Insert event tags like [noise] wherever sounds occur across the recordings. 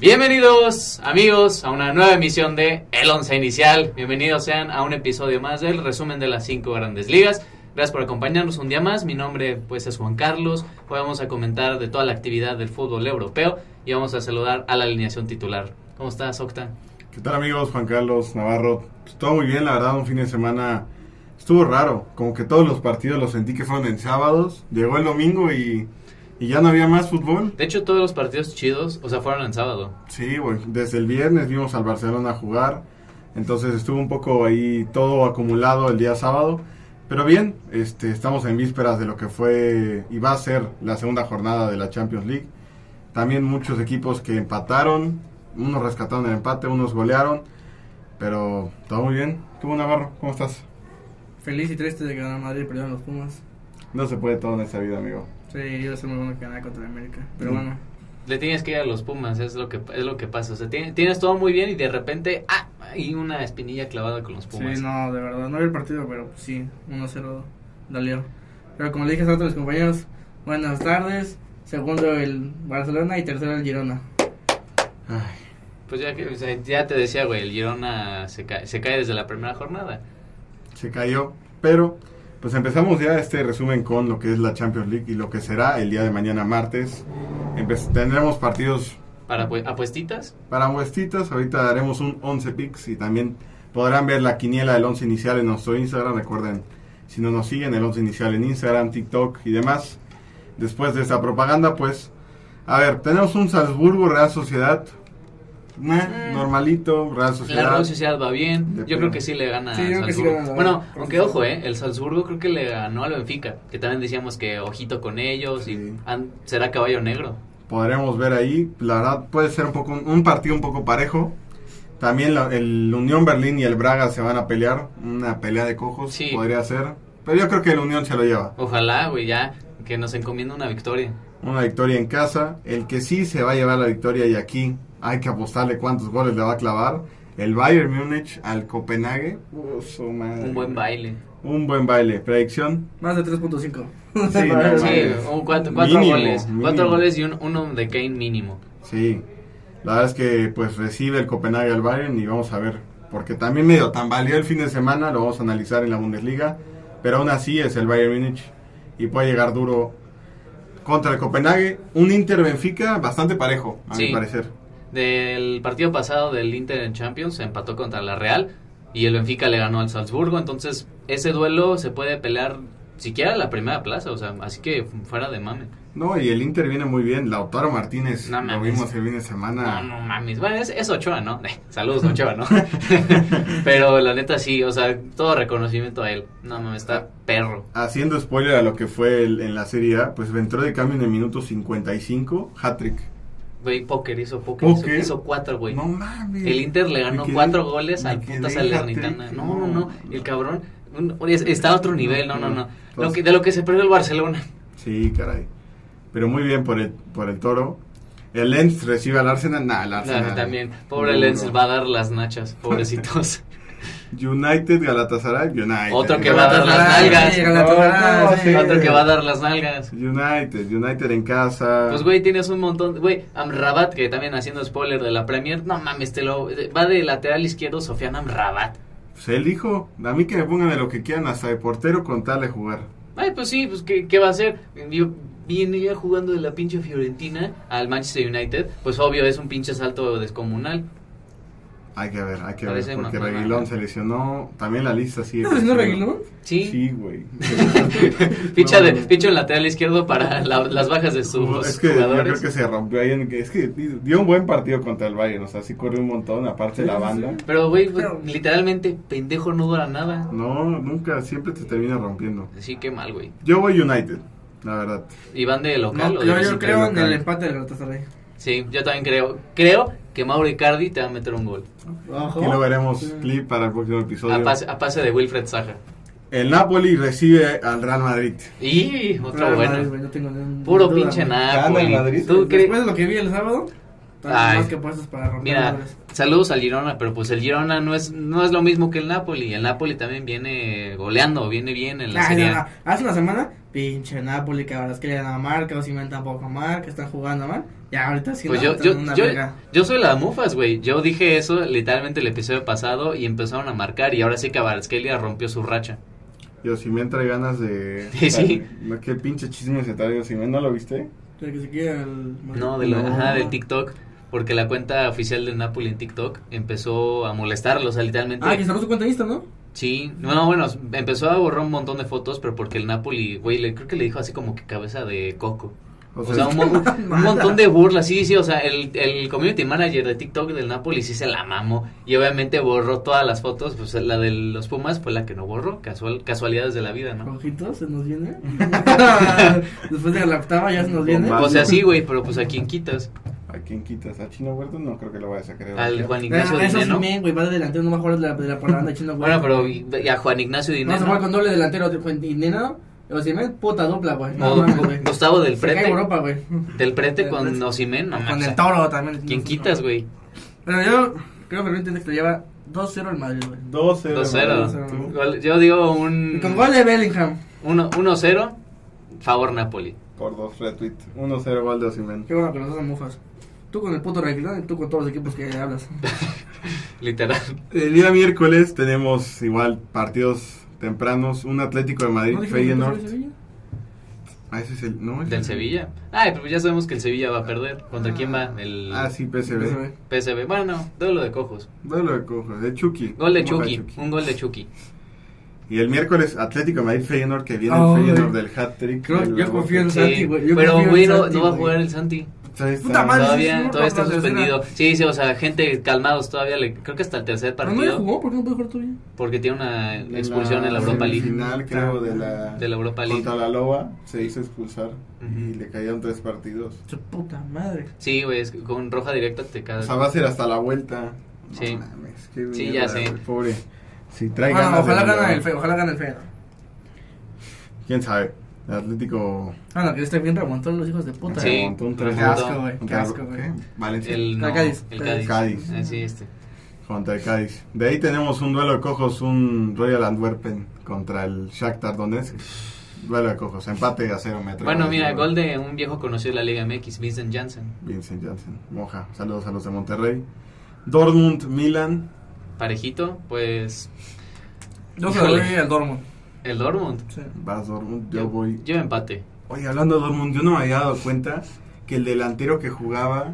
Bienvenidos amigos a una nueva emisión de El Once Inicial. Bienvenidos sean a un episodio más del resumen de las cinco grandes ligas. Gracias por acompañarnos un día más. Mi nombre pues es Juan Carlos. Hoy vamos a comentar de toda la actividad del fútbol europeo y vamos a saludar a la alineación titular. ¿Cómo estás, Octa? ¿Qué tal amigos? Juan Carlos Navarro. Pues, todo muy bien, la verdad, un fin de semana estuvo raro. Como que todos los partidos los sentí que fueron en sábados. Llegó el domingo y, y ya no había más fútbol. De hecho, todos los partidos chidos, o sea, fueron en sábado. Sí, güey. Desde el viernes vimos al Barcelona jugar. Entonces estuvo un poco ahí todo acumulado el día sábado. Pero bien, este, estamos en vísperas de lo que fue y va a ser la segunda jornada de la Champions League. También muchos equipos que empataron, unos rescataron el empate, unos golearon. Pero todo muy bien. ¿Tú, Navarro? ¿Cómo estás? Feliz y triste de ganar Madrid y perdieron los Pumas. No se puede todo en esta vida, amigo. Sí, iba a ser muy bueno que ganar contra América. Pero Mm. bueno, Le tienes que ir a los Pumas, es lo que es lo que pasa. O sea, tiene- tienes todo muy bien y de repente ah, hay una espinilla clavada con los Pumas. sí, no, de verdad. No vi el partido, pero pues, sí, 1-0 dolió. Pero como le dije hace rato a mis compañeros, buenas tardes. Segundo el Barcelona y tercero el Girona. Ay, Pues ya, que- o sea, ya te decía, güey, el Girona se cae, se cae desde la primera jornada. se cayó. Pero pues empezamos ya este resumen con lo que es la Champions League y lo que será el día de mañana martes. Empe- tendremos partidos Para pues, apuestitas, para muestitas. Ahorita daremos un 11 picks y también podrán ver la quiniela del 11 inicial en nuestro Instagram. Recuerden, si no nos siguen, el 11 inicial en Instagram, TikTok y demás. Después de esta propaganda, pues, a ver, tenemos un Salzburgo Real Sociedad. Nah, Mm. Normalito, Real Sociedad. la Real Sociedad va bien. Yo Depende. creo que sí le gana Sí, al yo creo que sí Salzburgo. le gana, bueno, ¿verdad? aunque ojo, eh, el Salzburgo creo que le ganó al Benfica, que también decíamos que ojito con ellos y Sí. an- será caballo negro. podremos ver ahí. La verdad puede ser un poco un, un partido un poco parejo. También la- el Unión Berlín y el Braga se van a pelear, una pelea de cojos Sí. podría ser, pero yo creo que el Unión se lo lleva. Ojalá, güey, ya que nos encomienda una victoria. Una victoria en casa, el que sí se va a llevar la victoria y aquí hay que apostarle cuántos goles le va a clavar. El Bayern Múnich al Copenhague. Oh, su madre. Un buen baile. Un buen baile. Predicción. Más de 3.5. [laughs] Pues Sí, Para no el- Sí, mames. un cuatro, cuatro Mínimo, goles. Cuatro mínimo. goles y un, uno de Kane mínimo. Sí, la verdad es que pues recibe el Copenhague al Bayern y vamos a ver, porque también medio tambaleó el fin de semana, lo vamos a analizar en la Bundesliga, pero aún así es el Bayern Múnich y puede llegar duro contra el Copenhague, un Inter Benfica bastante parejo, a Sí. mi parecer. Del partido pasado del Inter en Champions, se empató contra la Real y el Benfica le ganó al Salzburgo. Entonces, ese duelo se puede pelear siquiera la primera plaza, o sea, así que fuera de mame. No, y el Inter viene muy bien, Lautaro Martínez, No lo mames. vimos el fin de semana. No, no mames. Bueno, es, es Ochoa, ¿no? [laughs] Saludos, Ochoa, [laughs] ¿no? [laughs] Pero la neta sí, o sea, todo reconocimiento a él. No mames, está perro. Haciendo spoiler a lo que fue el- en la Serie A, pues entró de cambio en el minuto 55, hat-trick. Güey, póker hizo póker, hizo, Póker. hizo cuatro, güey. No mames. El Inter le ganó Me quedé- cuatro goles me al quedé puta Salernitana. hat-trick. No, no, no. El cabrón un- un- es- está a otro nivel. No, no, no. Lo Entonces- que, de lo que se perdió el Barcelona. Sí, caray. Pero muy bien por el, por el toro. El Lens recibe al Arsenal. Nah, el Arsenal. Nah, también. Pobre Duro. Lens va a dar las nachas. Pobrecitos. United, Galatasaray, United. Otro que va a dar las Galatasaray. nalgas. Sí, Galatasaray, No, no, sí. sí. Otro que va a dar las nalgas. United, United en casa. Pues, güey, tienes un montón. Güey, Amrabat, que también haciendo spoiler de la Premier. No mames, te lo. Va de lateral izquierdo Sofian Amrabat. Pues él dijo, a mí que me pongan de lo que quieran hasta de portero con tal de jugar. Ay, pues sí, pues ¿qué, qué va a hacer? Yo- viene ya jugando de la pinche Fiorentina al Manchester United. Pues obvio, es un pinche salto descomunal. Hay que ver, hay que Parece ver. Porque mamada. Reguilón se lesionó. También la lista sigue. ¿Estás haciendo creciendo. Reguilón? Sí. Sí, güey. Ficha de No, no. ficha un lateral izquierdo para la- las bajas de sus No, es que yo jugadores. creo que se rompió ahí en que es que dio un buen partido contra el Bayern, o sea, sí corrió un montón, aparte Sí, la sí, banda. sí. Pero güey, pues, Pero- literalmente pendejo no dura nada. No, nunca, siempre te termina rompiendo. Así que mal, güey. Yo voy United, la verdad. ¿Y van de local No, o de yo, yo visita? creo en local. el empate del Galatasaray. Sí, yo también creo. Creo que Mauro Icardi te va a meter un gol. Aquí lo veremos clip para el próximo episodio. A Ah, pase, a pase de Wilfred Saja. El Napoli recibe al Real Madrid. Y otro Real bueno. Madrid, güey, no tengo ni un- Puro duda, pinche güey. ¿Gana el Napoli. Madrid? ¿Tú crees? Después de lo que vi el sábado, Están Ay. más que puestos para romper Mira, madres. saludos al Girona, pero pues el Girona no es no es lo mismo que el Napoli. El Napoli también viene goleando, viene bien en la Ay, Serie Ah, no, A. no. Hace una semana, pinche Napoli, que ahora es que le dan a marca, o si tampoco marca, están jugando mal. Ya ahorita sí Pues no, yo, están yo, en una yo, verga. yo soy la mufas, güey. Yo dije eso literalmente el episodio pasado y empezaron a marcar y ahora sí que Kvaratskhelia rompió su racha. Yo si me trae ganas de... Sí, [laughs] sí. No, Qué pinche chisme se trae Osimhen, ¿no lo viste? De que se quiera el- No, de lo, No. ajá, del TikTok. Porque la cuenta oficial del Napoli en TikTok empezó a molestarlos, o sea, literalmente. Ah, que sacó su cuenta de Insta, ¿no? Sí, no, bueno, empezó a borrar un montón de fotos, pero porque el Napoli, güey, le, creo que le dijo así como que cabeza de coco. O O sea, sea, un, mon- mamada. un montón de burlas, sí, sí, o sea, el, el community manager de TikTok del Napoli sí se la mamó y obviamente borró todas las fotos, pues la de los Pumas fue la que no borró, casual, casualidades de la vida, ¿no? Ojitos, se nos [laughs] viene. Después de la octava ya se nos viene. Bomba. O sea, sí, güey, pero pues a quién quitas, ¿A quién quitas? ¿A Chino Huerta? No creo que lo vayas a querer. al Juan Ah, Ignacio eso sí, Dineno. men, güey, va de delantero, no va a jugar de la, de la parada de chino, güey. Bueno, pero y- y a Juan Ignacio Vamos a jugar con Dineno. doble delantero, de Juan Dineno. O si me puta dupla, güey. No O mames, güey. Gustavo del Se cae Prete, Europa, güey. del Prete Del con Prete. Osimen, no Con mames, el o sea, toro también. ¿Quién quitas, güey? Bueno, yo creo fervientemente que lo lleva 2-0 al Madrid, güey. 2-0. 2-0. ¿tú? Gol- Yo digo Y un Con gol de Bellingham. uno- 1-0, favor Napoli. Por dos retweets. 1-0 gol de Osimhen. Qué bueno que los dos son mufas. Tú con el puto Reguilón y tú con todos los equipos que hablas. Literal. El día miércoles tenemos igual partidos tempranos. Un Atlético de Madrid, ¿No dijimos que tú Feyenoord. eres de Sevilla? Ah, ese es el... No, ese Del es el- Sevilla. Ay, pero ya sabemos que el Sevilla va a perder. ¿Contra Ah. quién va? El Ah, sí, PSV. PSV. PSV. Bueno, no, duelo de cojos. No lo cojo. De Chucky. Gol de ¿Cómo va Chucky. Un gol de [laughs] Chucky. Y el miércoles Atlético de Madrid, Feyenoord, que viene Ay. el Feyenoord del hat-trick. Creo- del- yo confío en- Sí, Santi, güey, yo pero confío en güey, no, Santi, no va a güey. jugar el Santi. Entonces, Puta está- madre. sí, sí, Todavía, no todavía está juega la suspendido. Sí, sí, o sea, gente calmados todavía. le- creo que hasta el tercer ¿Pero no le partido. jugó? ¿Por qué no puede jugar todavía? Porque tiene una expulsión en la Europa League. semifinal, creo, de la, De la Europa League. Contra la Loba se hizo expulsar Ujú. y le caían tres partidos. Su puta madre. Sí, güey, es que con roja directa te O Pues, cagas. sea, va a ser hasta la vuelta. No Sí. mames, qué Sí, mierda, ya sé. güey, Pobre. Si trae Bueno, ganas de ojalá ganar. gane el feo, ojalá gane el feo. Quién sabe. El Atlético. Ah, no, que este bien remontó los hijos de puta. Sí. remontó un Qué 3 asco, güey, qué asco, güey. Valencia. El, El no, Cádiz. El Cádiz. Cádiz. Ah, sí, este. Contra el Cádiz. De ahí tenemos un duelo de cojos, un Royal Antwerpen contra el Shakhtar Donetsk. Duelo de cojos, empate a cero metros. Bueno, mira, gol de un viejo conocido de la Liga MX, Vincent Janssen. Vincent Janssen, moja. Saludos a los de Monterrey. Dortmund, Milan. Parejito, pues Yo se lo Híjole. doy al Dortmund. el Dortmund. Sí. Vas Dortmund, yo voy. Yo empate. Oye, hablando de Dortmund, yo no me había dado cuenta que el delantero que jugaba,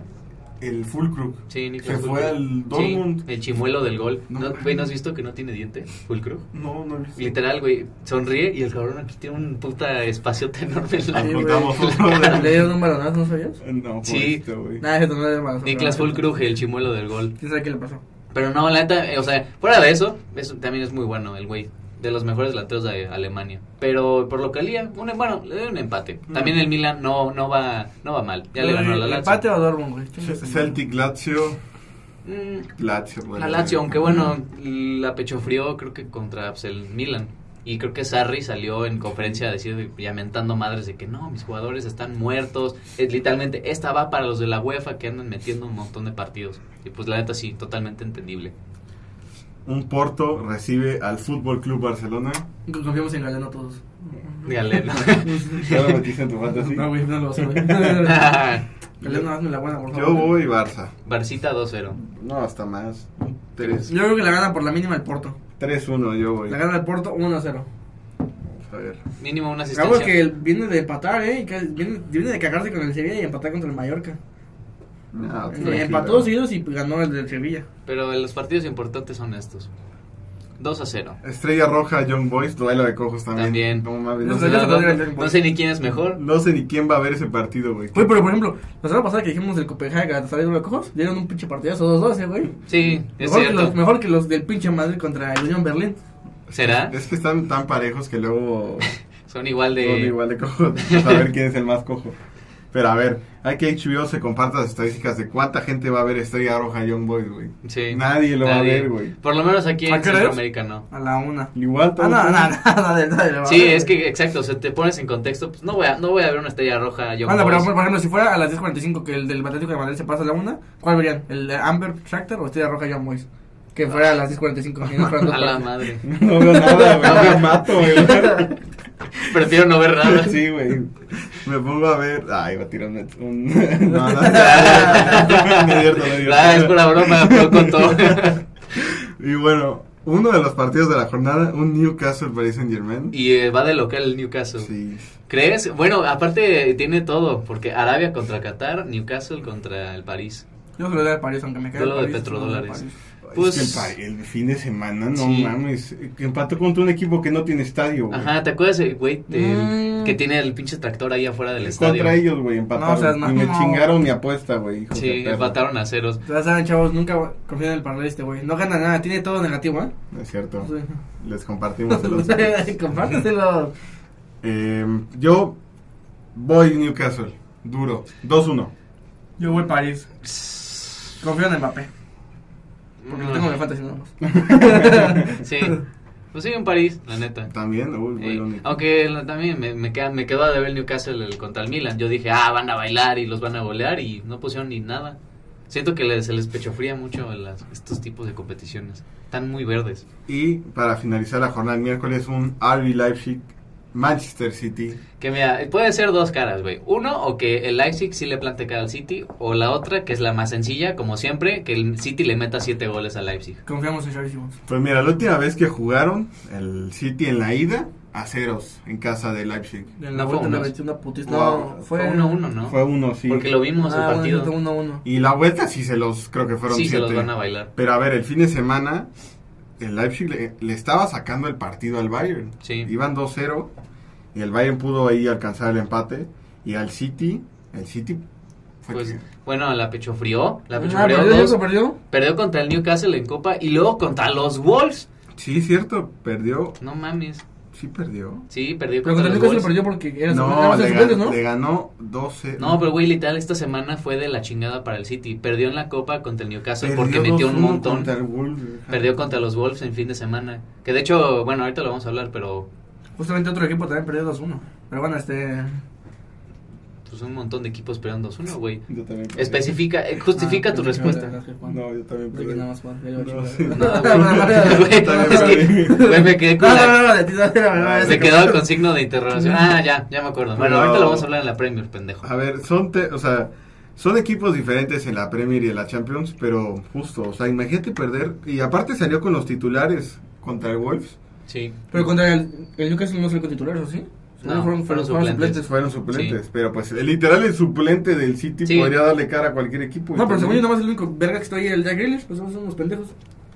el Fulcrug, Sí, Nico se fue al Dortmund. el chimuelo del gol. No No, mames. güey, ¿no has visto que no tiene diente? Fulcro. No, no he visto. Literal, güey, sonríe y el cabrón aquí tiene un puta espaciote [laughs] enorme en la Nos Sí, juntamos güey. otro de- [laughs] Le dieron un balonazo, ¿no sabías? No, Sí. pobrecito, güey. Nada, ese no le dieron balonazo. Niklas pero- Fulkrug, el chimuelo del gol. ¿Quién sabe qué le pasó? Pero no, la neta, eh, o sea, fuera de eso, eso también es muy bueno el güey. De los mejores delanteros de Alemania. Pero por localía, un, bueno, le doy un empate. Mm. También el Milan no, no, va, no va mal. Ya le ganó a la Lazio. ¿Empate o Dortmund, güey? C- Celtic, Lazio. Mm, Lazio, güey. La Lazio, aunque bueno, la pechofrió creo que contra pues, el Milan. Y creo que Sarri salió en conferencia a decir, lamentando madres de que no, mis jugadores están muertos. Es, literalmente, esta va para los de la UEFA que andan metiendo un montón de partidos. Y pues la neta sí, totalmente entendible. Un Porto recibe al Fútbol Club Barcelona. Confiamos en Galeno todos. [laughs] Galeno. Ya lo metiste en tu fantasy. No, güey, no lo vas a ver. Galeno, Yo hazme la buena, por favor. yo voy Barça. [laughs] Barcita 2-0. No, hasta más. Un tres- Yo creo que la gana por la mínima el Porto. 3-1 yo voy. La gana el Porto 1-0. A ver. Mínimo una asistencia. Algo que él viene de empatar, ¿eh? Y que Viene, viene de cagarse con el Sevilla y empatar contra el Mallorca. No, Eh, tranquilo. empató dos seguidos y ganó el del Sevilla. Pero los partidos importantes son estos. 2-0. Estrella Roja, Young Boys, duelo de cojos también. También. No, mames, No No, no, sé, yo no, se no, podría leer, no sé ni quién es mejor. no sé ni quién va a ver ese partido, güey. Güey, pero por ejemplo, la semana pasada que dijimos del Copenhague Galatasaray de los Cojos, dieron un pinche partidazo 2-12, güey. Sí, es Mejor que, los, cierto. mejor que los del pinche Madrid contra el Unión Berlín. [laughs] ¿Será? Es que están tan parejos que luego Son igual son de... igual de cojos. A ver quién es el más cojo. Pero a ver, Hay que HBO se comparta las estadísticas de cuánta gente va a ver Estrella Roja Young Boys, güey. Sí. Nadie lo va a Nadie. ver, güey. Por lo menos aquí ¿A en qué hora es? Centroamérica no. A la una. Igual Ah, no, todos- no, no, no, de- no, de la Sí, barra, es güey. que exacto, o sea, te pones en contexto, pues no voy a, no voy a ver una estrella roja. Young Bueno, pero Boys. por por ejemplo, si fuera a las 10.45 que el del Atlético de Madrid se pasa a la una, ¿cuál verían? ¿El eh, Amber Tractor o Estrella Roja John Moyes? Que fuera a las 10.45. y [laughs] no fueran [laughs] dos A la partidos. madre. No veo nada, güey. Me mato, güey. Prefiero no ver nada. [laughs] [laughs] Sí, güey. Me pongo a ver. Ay, va a tirar un. un- No, no. no [laughs] es cierto, no es cierto. Ah, es pura broma, [laughs] pero con todo. Y bueno, uno de los partidos de la jornada, un Newcastle Paris Saint Germain. [laughs] Y eh, va de local el Newcastle. Sí. ¿Crees? Bueno, aparte eh, tiene todo, porque Arabia contra Qatar, Newcastle contra el París. Yo se lo doy al París, aunque me caiga Duelo de París, se lo doy al petrodólares. París. Pues- es que el, pa- el fin de semana, no Sí. mames. que Empató contra un equipo que no tiene estadio, güey. Ajá, ¿te acuerdas, eh, güey, del- Mm. que tiene el pinche tractor ahí afuera del estadio? Contra ellos, güey, No seas empataron. y me mamón. chingaron mi apuesta, güey. hijos de Sí, perra. empataron a ceros. Ya saben, chavos, nunca confíen en el parlay este güey. No gana nada, tiene todo negativo, ¿eh? No es cierto. Sí. [laughs] Les compartimos el otro. Compárteselo. Eh, yo voy Newcastle. Duro. 2-1. Yo voy a París. Confío en Mbappé. Porque lo tengo en el Mm, fantasy nada más. [laughs] Sí. Pues sí, en París, la neta. También, uy, Eh, voy único. aunque la- también me, me, queda, me quedó de ver el Newcastle el- contra el Milan. Yo dije, ah, van a bailar y los van a golear y no pusieron ni nada. Siento que les- se les pechofría mucho a las- estos tipos de competiciones. Están muy verdes. Y para finalizar la jornada el miércoles, un RB Leipzig Manchester City. Que mira, puede ser dos caras, güey. Uno, o que el Leipzig sí le plante cara al City. O la otra, que es la más sencilla, como siempre, que el City le meta siete goles al Leipzig. [laughs] Confiamos en Xavi Simons. Pues mira, la última vez que jugaron el City en la ida, a ceros en casa de Leipzig. En No la fue vuelta le unos. metió una putiza. Wow. No, Fue fue 1-1, ¿no? Fue uno, sí. Porque lo vimos Ah, el bueno, partido. fue 1-1. Y la vuelta sí se los, creo que fueron sí, se siete. los van a bailar. Pero a ver, el fin de semana, el Leipzig le, le estaba sacando el partido al Bayern. Sí. Iban 2-0 y el Bayern pudo ahí alcanzar el empate. Y al City, el City fue Pues, que- bueno, la pechofrió. La Ah, pechofrió perdió, dos. eso perdió. Perdió contra el Newcastle en Copa y luego contra los Wolves. Sí, cierto, perdió. No mames. Sí, perdió. Sí, perdió Pero contra los contra el Newcastle Wolves. perdió porque era su No, le, suplente, gan- ¿no? le ganó 12. No, pero güey, literal, esta semana fue de la chingada para el City. Perdió en la Copa contra el Newcastle porque metió un 2-1 montón. contra el Wolves. Perdió contra los Wolves en fin de semana. Que de hecho, bueno, ahorita lo vamos a hablar, pero Justamente otro equipo también perdió 2-1. Pero bueno, este. pues un montón de equipos perdieron 2-1, güey. Yo también perdí. Especifica, eh, justifica Ah, tu pensé que respuesta. No, era de las que Juan. No, yo también De que perdí. nada más Juan, que le iba a No, chingar. sí. [laughs] güey. también Es que, perdí. güey, me quedé con No, la- no, no, no, de ti, no, era verdad, Me ese quedó con signo de interrogación. Ah, ya, ya me acuerdo. Bueno, Pero- ahorita lo vamos a hablar en la Premier, pendejo. A ver, son, te- o sea, son equipos diferentes en la Premier y en la Champions, pero justo, o sea, imagínate perder. Y aparte salió con los titulares contra el Wolves. Sí. Pero contra el, el Newcastle no salió con titulares, ¿o sí? No, fueron, fueron fueron, fueron suplentes. suplentes. Fueron suplentes, Sí. pero pues el literal el suplente del City Sí. podría darle cara a cualquier equipo. No, pero según yo, Entonces, nada más el único verga que está ahí el Jack Grealish, pues somos unos pendejos.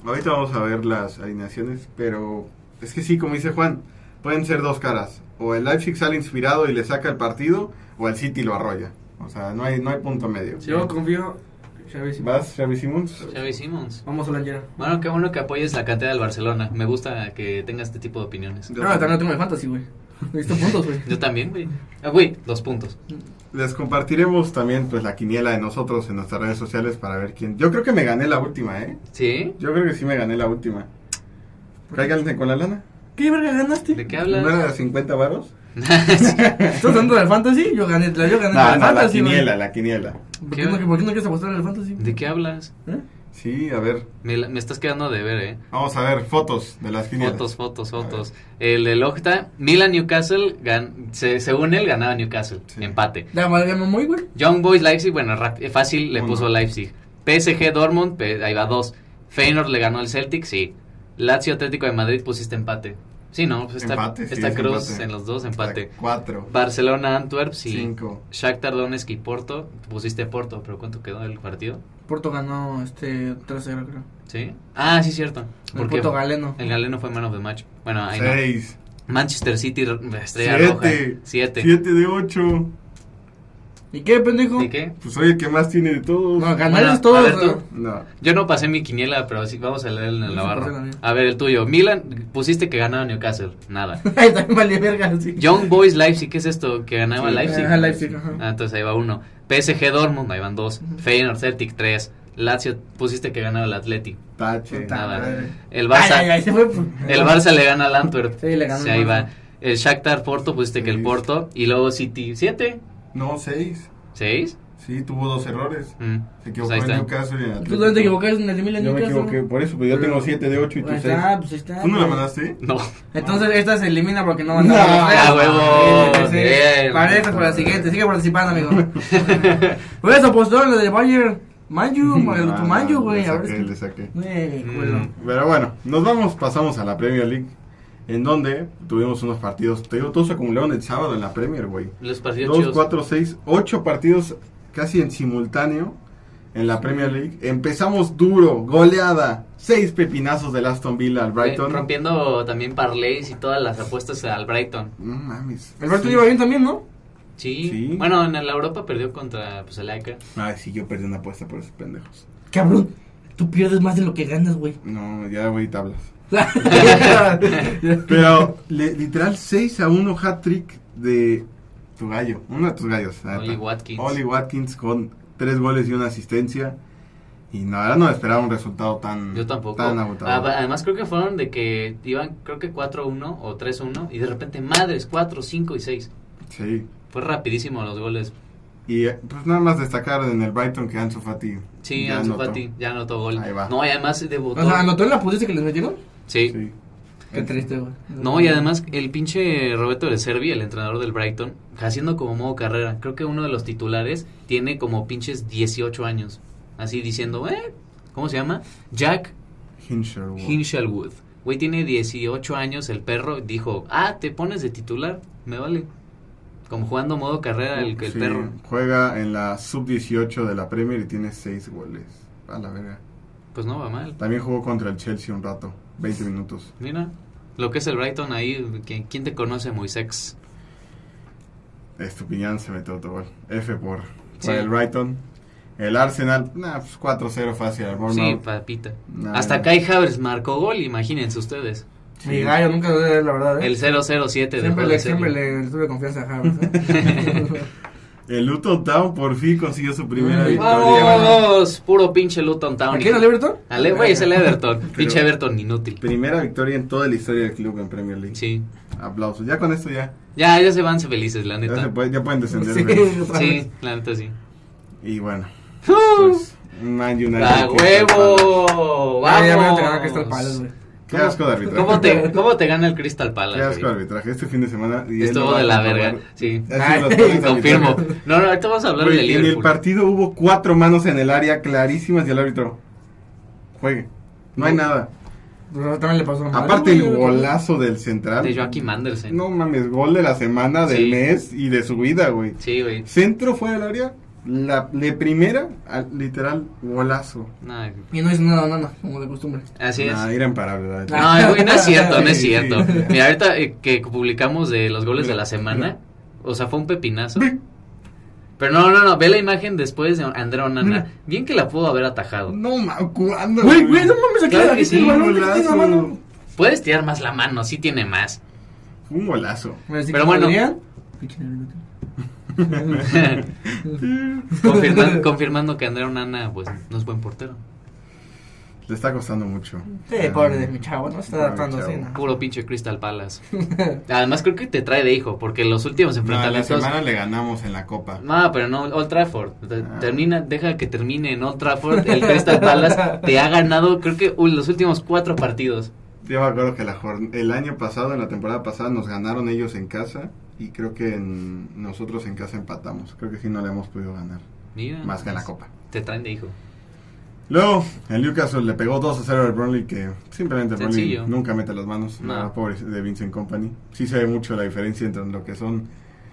Ahorita vamos a ver las alineaciones, pero es que sí, como dice Juan, pueden ser dos caras. O el Leipzig sale inspirado y le saca el partido, o el City lo arrolla. O sea, no hay, no hay punto medio. Sí. Yo confío, Xavi Simons. ¿Vas, Xavi Simons? Xavi Simons. Vamos a la Angera. Bueno, qué bueno que apoyes la cantera del Barcelona. Me gusta que tenga este tipo de opiniones. No, Ah, también no tengo de fantasy, güey. Necesito [laughs] puntos, güey. Yo también, güey. Ah, güey, dos puntos. Les compartiremos también pues la quiniela de nosotros en nuestras redes sociales para ver quién. Yo creo que me gané la última, ¿eh? ¿Sí? Yo creo que sí me gané la última. Cáiganse con la lana. ¿Qué verga ganaste? ¿De qué ¿No era de hablas? 50 varos? ¿Estás hablando del fantasy? Yo gané, la- yo gané No, el no, la fantasy, güey. quiniela, la quiniela. ¿Por qué, no, ¿Por qué no quieres apostar en el fantasy? ¿De qué hablas? ¿Eh? Sí, a ver. Me, la- me estás quedando de ver, eh. Vamos a ver fotos de las quinielas. Fotos, fotos, fotos. El del Octa, Milan Newcastle, gan- se- según él ganaba Newcastle. Sí. Empate. La madre ganó muy, güey. Young Boys Leipzig, bueno, rap- eh, fácil le Uno. puso Leipzig. PSG Dortmund, pe- ahí va dos. Feyenoord le ganó al Celtic, sí. Lazio Atlético de Madrid pusiste empate. Sí, no, pues está, Empate, sí, está es Cruz empate. en los dos, empate. La Cuatro. Barcelona Antwerp, sí. Cinco. Shakhtar Donetsk y Porto, pusiste Porto, pero ¿cuánto quedó el partido? Porto ganó este 3-0, creo. ¿Sí? Ah, sí, cierto. El Porque Porto galeno. el galeno fue man of the match. Bueno, ahí no. Seis. Manchester City, r- estrella Siete. roja. Siete. Siete de ocho. ¿Y qué, pendejo? ¿De qué? Pues soy el que más tiene de todos. No, ganar Bueno, es todo. a ver, pero- tú. No. Yo no pasé mi quiniela, pero sí, vamos a leer en el Sí, Navarro. pásala, mira. A ver, el tuyo. Milan, pusiste que ganaba Newcastle. Nada. [laughs] Ay, también valió verga, sí. Young Boys Leipzig, ¿qué es esto? Que ganaba Sí, Leipzig. Ajá, Leipzig, ajá. Ah, entonces ahí va uno. PSG Dortmund, ahí van dos. Ujú. Feyenoord Celtic, tres. Lazio, pusiste que ganaba el Atleti. Tache. Puta nada. madre. El Ay, Barça, ay, ay, se fue. pues. el Barça le gana al Antwerp. Sí, le ganó Sí, el ahí Barça. va. El Shakhtar Porto, pusiste que el Sí. Porto. Y luego City, siete. No, seis. ¿Seis? Sí, tuvo dos errores. Mm. Se Pues equivocó ahí en está. Newcastle y en Tú Atlético. dónde te equivocaste en el de Milan Yo me Newcastle? equivoqué, por eso, pero yo tengo siete de ocho y tú Ahí seis. está, pues ahí está. ¿Tú no la güey. mandaste? No. Entonces esta se elimina porque no No. mandamos. los tres. Ah, huevo, Sí, sí, sí. bien. Parejas para la siguiente, sigue [laughs] participando, amigo. Por eso apostó lo de Bayern. [laughs] Manju, el Ah, tu Manju, güey. Le A ver saqué, si- le saqué. Güey, culo. Mm. Pero bueno, nos vamos, pasamos a la Premier League. En donde tuvimos unos partidos. Te digo, todos se acumularon el sábado en la Premier, güey. Los partidos Dos, chidos. Eh, cuatro, seis, ocho partidos casi en simultáneo en la Premier League. Empezamos duro, goleada. Seis pepinazos del Aston Villa al Brighton. Eh, rompiendo también parlays y todas las apuestas al Brighton. No mames. El Barça Sí. iba bien también, ¿no? Sí. Sí. Bueno, en la Europa perdió contra pues, el AEK. Ay, sí, yo perdí una apuesta por esos pendejos. Cabrón, tú pierdes más de lo que ganas, [laughs] güey. No, ya güey, tablas. Pero Pero le- literal 6 a 1 hat-trick de tu gallo, uno de tus gallos. la Oli neta. Watkins. Oli Watkins con tres goles y una asistencia. Y no, ahora no esperaba un resultado tan, Yo tampoco. tan Ah, agotador. va- Además creo que fueron de que iban creo que 4-1 o 3-1 y de repente madres 4, 5 y 6. Sí. Fue rapidísimo los goles. Y eh, pues nada más destacar en el Brighton que Ansu Fati. Sí, ya Ansu anotó. Fati ya anotó gol. Ahí va. No, y además debutó. O sea, ¿anotó en la putiza que les metieron? sí. Sí. Qué triste, güey. No, y además el pinche Roberto de Servi, el entrenador del Brighton, haciendo como modo carrera. Creo que uno de los titulares tiene como pinches 18 años. Así diciendo, ¿eh? ¿Cómo se llama? Jack Hinshaw. Hinshelwood. Güey, tiene 18 años el perro. Dijo, ah, te pones de titular. Me vale. Como jugando modo carrera el, el Sí, perro. Juega en la sub-18 de la Premier y tiene 6 goles. A la verga. Pues no va mal. También jugó contra el Chelsea un rato, 20 minutos. Mira, lo que es el Brighton ahí. que- ¿Quién te conoce, Moisés? Estupiñán se metió otro gol. F por, por Sí. el Brighton. El Arsenal, nah, pues 4-0 fácil al Sí, Bournemouth. papita. Nah, Hasta nah. Kai Havers marcó gol, imagínense ustedes. Mi gallo nunca lo debe, la verdad, ¿eh? El 007 dejó siempre de le, serlo. siempre le, le tuve confianza a Harvard. ¿eh? [laughs] El Luton Town por fin consiguió su primera Mm, victoria. ¡Vamos! Puro pinche Luton Town. ¿A quién, al Everton? Ale, güey, es el [laughs] Everton. pinche Pero- Everton inútil. Primera victoria en toda la historia del club en Premier League. Sí. Aplausos. Ya con esto ya. Ya, ya se van felices, la Ya, se neta. puede- ya pueden descender. Sí. güey. Sí, la neta [laughs] sí. Y bueno, pues Man United. ¡A ¡Ah, huevo! Ah, ya me ¡Vamos! entregaron a Crystal Palace, güey. Qué asco de arbitraje. ¿Cómo te, ¿Cómo te gana el Crystal Qué Palace? asco de güey? arbitraje. Este fin de semana. y él lo Estuvo va a de la comprobar. verga. [laughs] Sí, Ha sido Ay, los peores confirmo. arbitrajes. No, no, ahorita vamos a hablar Güey, de en el Liverpool. partido hubo cuatro manos en el área clarísimas y el árbitro juegue. No hay nada. Pero Pues, También le pasó a Madrid, Aparte el güey. golazo del central. De Joaquim Andersen. No mames, gol de la semana, del Sí. mes y de su vida, güey. Sí, güey. Centro fuera del área, la de primera, al- literal, golazo. Nah, Y no hizo nada, nada, como de costumbre. así es. Nah, era imparable. la neta. [laughs] No, güey, no es cierto, no es Sí, sí, cierto. sí. Mira, ahorita eh, que publicamos de los goles de Mira, la semana, mira. o sea, fue un pepinazo. Ve. Pero no, no, no, ve la imagen después de André Onana. Mira. Bien que la pudo haber atajado. No mames, ¿cuándo? Güey, güey, no mames, aquí Claro la que sí, el balón que golazo. tiene en la mano. Puedes tirar más la mano, sí tiene [laughs] más. Fue Un golazo. Así Pero que bueno. podrían- Pinche Everton. confirmando, confirmando que André Onana, pues, no es buen portero. Le está costando mucho. Ah. Sí, pobre de mi chavo, no se está Em, Pobre adaptando chavo. así, ¿no? Puro pinche Crystal [laughs] Palace. Además, creo que te trae de hijo, porque los últimos No, la enfrentamientos. semana le ganamos en la copa. No, pero no, Old Trafford. Te- Ah. Termina, deja que termine en Old Trafford. El Crystal Palace te ha ganado, creo que uy, los últimos cuatro partidos. Yo me acuerdo que la jorn- el año pasado, en la temporada pasada, nos ganaron ellos en casa y creo que en- nosotros en casa empatamos. Creo que sí no le hemos podido ganar, Mira, pues, más que en la copa. Te traen de hijo. Luego, el Newcastle le pegó 2 a 0 al Burnley, que simplemente el Burnley Sencillo. nunca mete las manos. No. No. Pobre de Vincent Company. Sí se ve mucho la diferencia entre lo que son.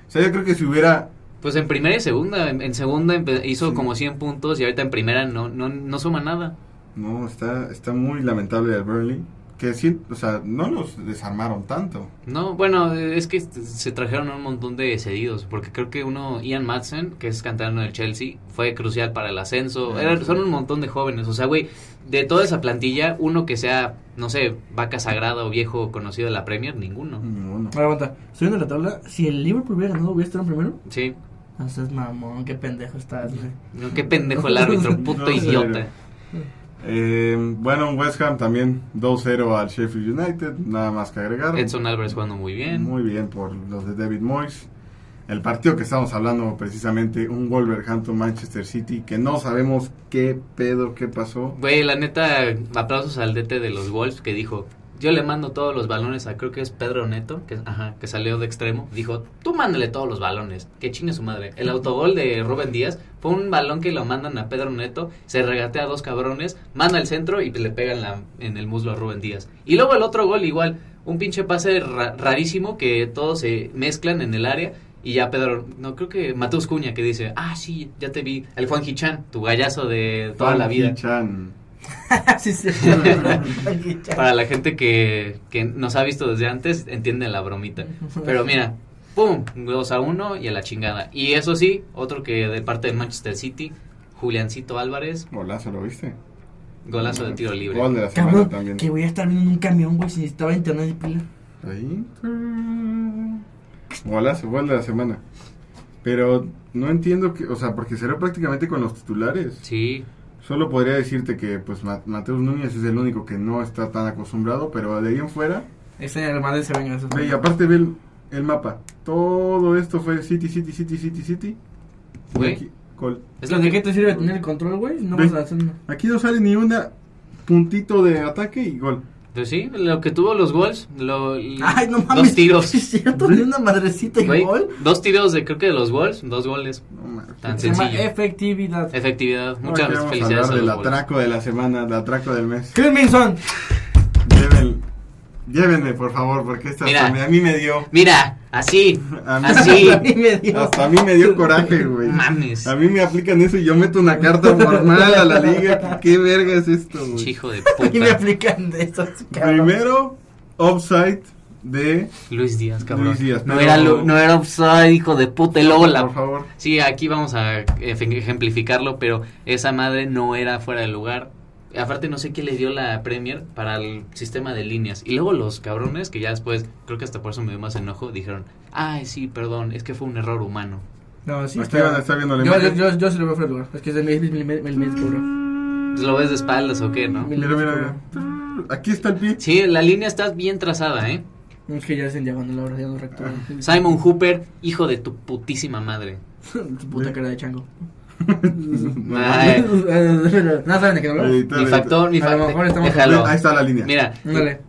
O sea, yo creo que si hubiera. Pues en primera y segunda. En, en segunda empe- hizo Sí. como 100 puntos y ahorita en primera no, no, no suma nada. No, está, está muy lamentable el Burnley. que sí, o sea, no los desarmaron tanto. No, bueno, es que se trajeron un montón de cedidos, porque creo que uno, Ian Madsen, que es canterano del Chelsea, fue crucial para el ascenso. Ah, Era- sí. son un montón de jóvenes, o sea, güey, de toda esa plantilla, uno que sea, no sé, vaca sagrada o viejo conocido de la Premier, ninguno. Ninguno. Ahora aguanta, estoy viendo la tabla. Si el Liverpool hubiera ganado, hubiera estado en primero. Sí, No seas mamón, qué pendejo estás, [laughs] güey. no, qué pendejo el árbitro, puto [laughs] No, en serio. idiota. Eh, bueno, West Ham también 2-0 al Sheffield United, nada más que agregar. Edson Álvarez jugando muy bien. Muy bien por los de David Moyes. El partido que estamos hablando precisamente, un Wolverhampton-Manchester City, que no sabemos qué pedo, qué pasó. Güey, la neta, aplausos al DT de los Wolves que dijo, yo le mando todos los balones a creo que es Pedro Neto, que, ajá, que salió de extremo, dijo, tú mándale todos los balones, que chingue su madre. El autogol de Rubén Díaz fue un balón que lo mandan a Pedro Neto, se regatea a dos cabrones, manda al centro y le pegan la, en el muslo a Rubén Díaz. Y luego el otro gol igual, un pinche pase ra- rarísimo que todos se mezclan en el área. Y ya Pedro, no creo que Mateus Cuña que dice, ah, sí, ya te vi, el Juan Gichán, tu gallazo de toda la vida. Chan. Ah, sí, [laughs] sí. Para la gente que, que nos ha visto desde antes, entiende la [laughs] bromita. Pero mira, ¡pum! 2 a 1 y a la chingada. Y eso sí, otro que de parte del Manchester City, Juliancito Álvarez, Golazo, ¿lo viste? golazo de tiro libre. Gol de la semana Cabrón, también. que voy a estar viendo en un camión, güey, si estaba internet de pila. Ahí. Golazo, gol de la semana. Pero no entiendo, que, o sea, porque será prácticamente con los titulares. Sí, Solo podría decirte que pues Ma- Mateus Núñez es el único que no está tan acostumbrado, pero de ahí en fuera... pues, Ese en el Madrid se venga. eso es- Ve, y aparte ve el, el mapa. Todo esto fue City, City, City, City, City. Y Güey. Aquí, gol. es ¿De lo qué que... te sirve tener el control, güey? No Ve. vas a hacer nada. Aquí no sale ni una puntito de ataque y gol. Pues sí, lo que tuvo los gols, lo, Ay, no mames. dos tiros. Sí, es cierto, de una madrecita y Güey, gol. Dos tiros de creo que de los gols, dos goles. No mames. Tan Se llama sencillo. efectividad. Efectividad, No, muchas aquí vamos a felicidades a hablar del los goles. atraco de la semana, del atraco del mes. Clemenson. Lleven- llévenme, por favor, porque esta Mira. hasta me- a mí me dio. Mira, así, A mí- así. [laughs] Y me dio. Hasta a mí me dio coraje, güey. Mames. A mí me aplican eso y yo meto una carta formal a la liga. ¿Qué verga es esto, güey? Hijo [laughs] de [laughs] Y me puta. aplican de esos cabrón. Primero, offside de. Luis Díaz, cabrón. Luis Díaz, no, pero- era, lo- no era offside, hijo de puta. Y luego la- Por favor. Sí, aquí vamos a ej- ejemplificarlo, pero esa madre no era fuera de lugar. Aparte, no sé qué le dio la Premier para el sistema de líneas. Y luego los cabrones, que ya después, creo que hasta por eso me dio más enojo, dijeron: Ay, sí, perdón, es que fue un error humano. No, sí. Aquí está- van a estar viendo la yo, yo, imagen. yo, yo se lo veo fuera de lugar. Es que es el mes, el mes, el mes, cabrón. Entonces, ¿Lo ves de espaldas o qué, no? Mil- Mira, mira, mira. Aquí está el pie. Sí, la línea está bien trazada, ¿eh? Es que ya es en diagonal ahora, ya no es recto. Ah. Simon Hooper, hijo de tu putísima madre. [laughs] Tu puta cara de chango. [laughs] [laughs] Ay, no saben de qué hablamos. Editar, mi factor, mi A lo factor. mejor estamos- Déjalo. Ahí está la línea. Mira, Dale.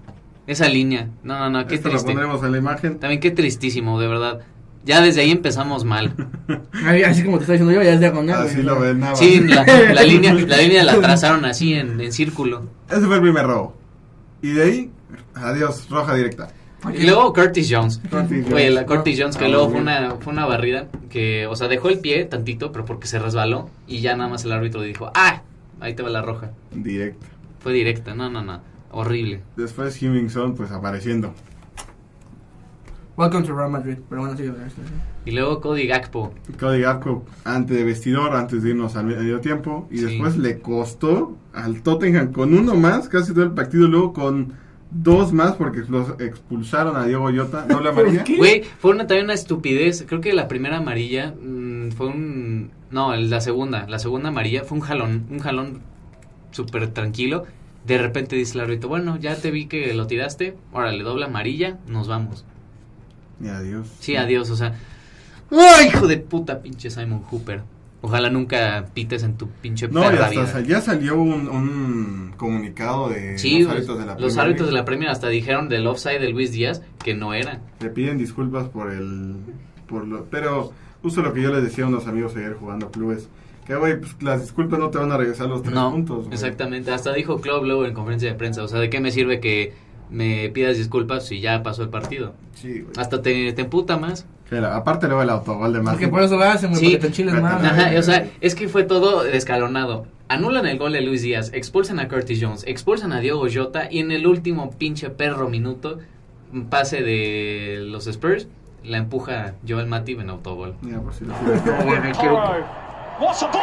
esa línea. No, no, no, qué Esto lo triste. pondremos en la imagen. También qué tristísimo, de verdad. Ya desde ahí empezamos [laughs] mal. Ahí- Así como te estaba diciendo yo, ya es diagonal. Así güey. lo ven. nada Sí, más. la, [laughs] la línea, la línea la trazaron así en, en círculo. Ese fue el primer robo. Y de ahí, adiós, roja directa. Y luego Curtis [laughs] Jones. Curtis Oye, la Jones. Curtis Jones que Ah, luego fue bien. una, fue una barrida que, o sea, dejó el pie tantito, pero porque se resbaló y ya nada más el árbitro dijo, ah, ahí te va la roja. Directa. Fue directa, no, no, no, horrible. Después Hemmingson, pues apareciendo. Welcome to Real Madrid. Pero bueno, sigue con esto. ¿sí? Y luego Cody Gakpo, Cody Gakpo ante de vestidor, antes de irnos al medio tiempo. Y Sí. después le costó al Tottenham con uno más, casi todo el partido. Luego con dos más, porque los expulsaron a Diego Llota. No la [laughs] amarilla. ¿Qué? [laughs] Güey, fue una, también una estupidez. Creo que la primera amarilla mm, fue un. No, el- la segunda. La segunda amarilla fue un jalón. Un jalón súper tranquilo. De repente dice el árbitro: Bueno, ya te vi que lo tiraste. Órale, dobla amarilla. Nos vamos. Y adiós. Sí, adiós. O sea. ¡Ay, hijo de puta, pinche Simon Hooper! Ojalá nunca pites en tu pinche No, y perra hasta vida. sal- ya salió un, un comunicado de Sí, los güey, árbitros de la los Premier árbitros de la League. Premier hasta dijeron del offside de Luis Díaz que no era. Le piden disculpas por el... Por lo, pero justo lo que yo les decía a unos amigos ayer jugando clubes. Que, güey, pues las disculpas no te van a regresar los tres No, puntos. güey. exactamente. Hasta dijo Klopp luego en conferencia de prensa. O sea, ¿de qué me sirve que me pidas disculpas si ya pasó el partido? Sí, güey. Hasta te, te emputa más. Sí, la- aparte luego el autogol de más. Porque por eso lo hacen, güey, Sí. porque te enchiles más. Ajá, güey. o sea, es que fue todo escalonado. Anulan el gol de Luis Díaz, expulsan a Curtis Jones, expulsan a Diego Jota y en el último pinche perro minuto, un pase de los Spurs, la empuja Joel Matip en autogol. Mira, por si lo- No, güey, me quiero- What's a ball?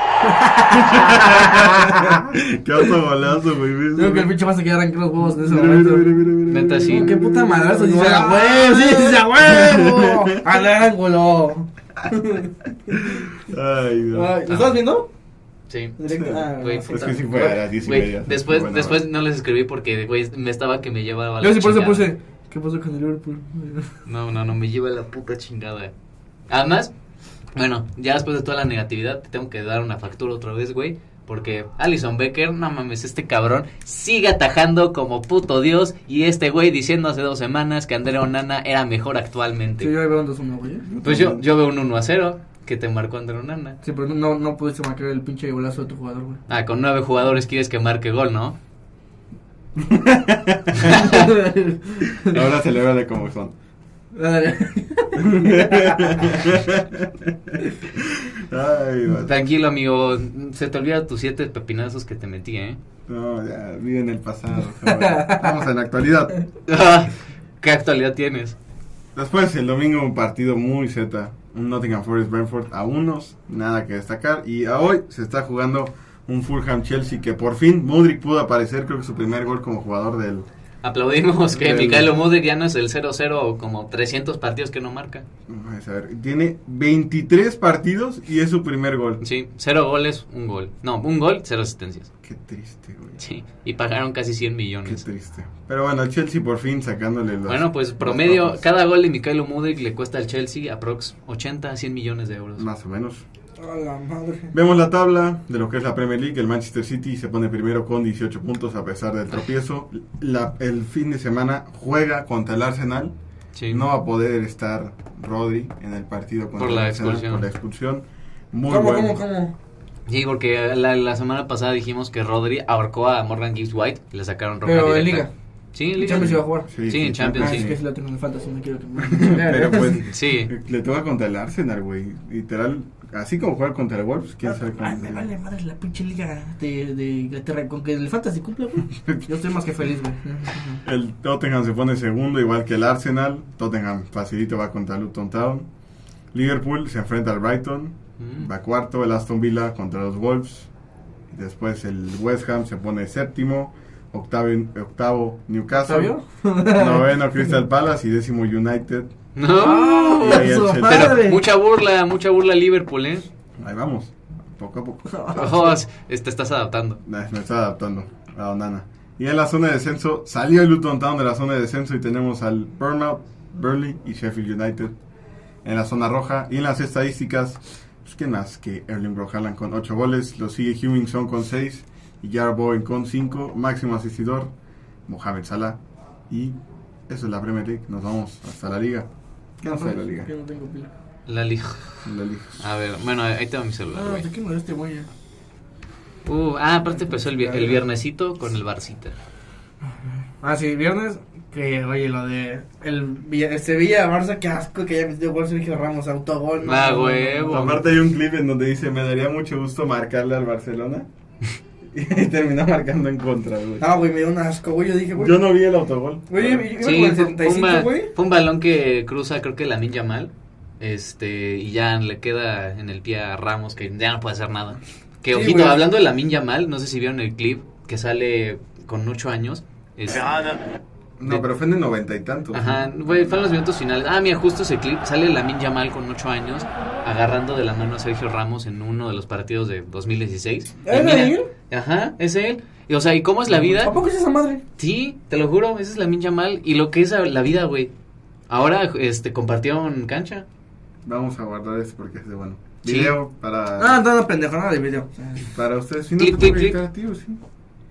[laughs] Qué autogolazo, güey. ¿ves? Creo que el pinche pasa a quedar en los huevos en ese Mira, mira, mira, momento. mira, mira, Neta, sí. mira, Qué mira, puta mira, madrazo, mira, dice mira. a huevo, sí, dice a huevo. [laughs] Al ángulo. Ay, no. Ay, ¿Lo estás viendo? Sí. Directo. Ah, Güey, no, Es puta. que sí fue a las diez y Güey, media, sí, después, buena después hora. no les escribí porque güey, me estaba que me llevaba la Yo sí por eso chingada. puse. ¿Qué pasó con el Liverpool? No, no, no, me lleva la puta chingada. Además, bueno, ya después de toda la negatividad, te tengo que dar una factura otra vez, güey. Porque Alison Becker, no mames, este cabrón sigue atajando como puto Dios. Y este güey diciendo hace dos semanas que Andrea Onana era mejor actualmente. Sí, yo ahí veo un 2-1, güey. ¿eh? pues yo, yo veo un 1 a 0 que te marcó Andrea Onana. Sí, pero no, no pudiste marcar el pinche golazo de tu jugador, güey. Ah, con nueve jugadores quieres que marque gol, ¿no? Ahora celébrale como [laughs] son. Ay, vato. Tranquilo, amigo. Se te olvidan tus siete pepinazos que te metí, [laughs] ¿eh? No, ya, vive en el pasado. cabrón. Vamos en la actualidad. ¿Qué actualidad tienes? Después, el domingo, un partido muy Z. Un Nottingham Forest Brentford a unos, nada que destacar. Y a hoy se está jugando un Fulham Chelsea que por fin Mudrik pudo aparecer, creo que su primer gol como jugador del. Aplaudimos que Del- Micaelo Mudrik ya no es el 0-0 como 300 partidos que no marca. Vamos a ver, tiene 23 partidos y es su primer gol. Sí, 0 goles, un gol. No, un gol, 0 asistencias. Qué triste, güey. Sí, y pagaron casi 100 Qué millones. triste. Pero bueno, el Chelsea por fin sacándole los. Bueno, pues los promedio, ojos. cada gol de Micaelo Mudrik le cuesta al Chelsea aprox 80 a 100 millones de euros. Más o menos. A la madre. Vemos la tabla de lo que es la Premier League. El Manchester City se pone primero con 18 puntos a pesar del tropiezo. La- el fin de semana juega contra el Arsenal. Sí. No va a poder estar Rodri en el partido contra Por el la Arsenal expulsión. por la expulsión. [laughs] Muy ¿Cómo, bueno. cómo, cómo? Sí, porque eh, la, la semana pasada dijimos que Rodri ahorcó a Morgan Gibbs White y le sacaron roja Pero en directa. Liga. Sí, en El Liga. Champions iba a jugar. Sí, en Champions, Ah, es sí. [laughs] que si la tengo en el fantasy, no quiero que me... [laughs] Pero pues Sí. le toca contra el Arsenal, güey. Literal, así como juega contra el Wolves, quién sabe Ay, cómo. me Ah, vale madre la pinche liga de, de Inglaterra. Con que el fantasy cumpla, güey. [laughs] Yo estoy más que feliz, güey. El Tottenham se pone segundo, igual que el Arsenal. Tottenham facilito va contra Luton Town. Liverpool se enfrenta al Brighton. Mm. Va cuarto el Aston Villa contra los Wolves. Después el West Ham se pone séptimo. Octavo, octavo Newcastle. ¿Sabio? [laughs] Noveno Crystal Palace y décimo United. No. Y ahí el ¡Ah, su Chelsea. Pero madre. [laughs] mucha burla, mucha burla Liverpool, ¿eh? Ahí vamos, poco a poco. Ah, Oh, es- te estás adaptando. Nah, Me está adaptando a Donana. Y en la zona de descenso, salió el Luton Town de la zona de descenso y tenemos al Bournemouth, Burnley y Sheffield United en la zona roja. Y en las estadísticas, pues ¿quién más que Erling Brohalan con 8 goles? Lo sigue Hewinson con 6 y Jarrod Bowen con 5. Máximo asistidor, Mohamed Salah. Y eso es la Premier League. Nos vamos hasta la Liga. ¿Qué nos trae la Liga? Yo no tengo pila. La liga. La Liga. A ver, bueno, ahí tengo mi celular, Ah, güey. ¿de qué me dio este güey? ya? Uh, ah, aparte empezó el, vi- el viernesito con el barcita. Ah, sí, viernes. Que, oye, lo de. El, Villa- el Sevilla-Barça, qué asco que haya metido gol Sergio Ramos, autogol. no, Ah, no, no, huevo. Aparte hay un clip en donde dice, me daría mucho gusto marcarle al Barcelona. [laughs] y terminó marcando en contra, güey. no. No, güey, me dio un asco, güey. Yo dije, Ah, güey. Yo no vi el autogol. Güey, yo- yo iba Sí, con el fue, fue un, 75, ba- güey. fue un balón que cruza, creo que la ninja mal. Este, y ya le queda en el pie a Ramos, que ya no puede hacer nada. Que Sí, ojito, güey. hablando de la ninja mal, no sé si vieron el clip que sale con 8 años. es- No, pero fue en el noventa y tantos. Ajá, güey, fueron los minutos finales. Ah, mira, justo ese clip. Sale Lamin Yamal con 8 años agarrando de la mano a Sergio Ramos en uno de los partidos de 2016. Y ¿Era mira- él? Ajá, es él. Y, o sea, ¿y cómo es la vida? ¿A poco es esa madre? Sí, te lo juro, esa es Lamin Yamal. Y lo que es la vida, güey. Ahora este, compartieron cancha. Vamos a guardar eso porque es de bueno. Sí. Video para, Ah, no, no, pendejo, nada de video. para ustedes. Si no, Clip, clip, te puedo clip. editar a ti, ¿o sí?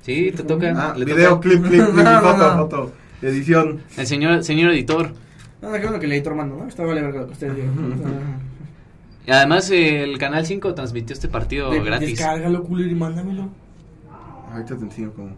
Sí, te toca. Ah, le video, toca. clip, clip, clip, No, no, foto, no. foto. Edición. El señor, señor editor. No, no, qué bueno que le di tu hermano, ¿no? Está vale verga lo que [laughs] ustedes digan. Ah. Y además, eh, el Canal 5 transmitió este partido De- gratis. Descárgalo, culero, y mándamelo. Ah, Ahorita te enseño cómo.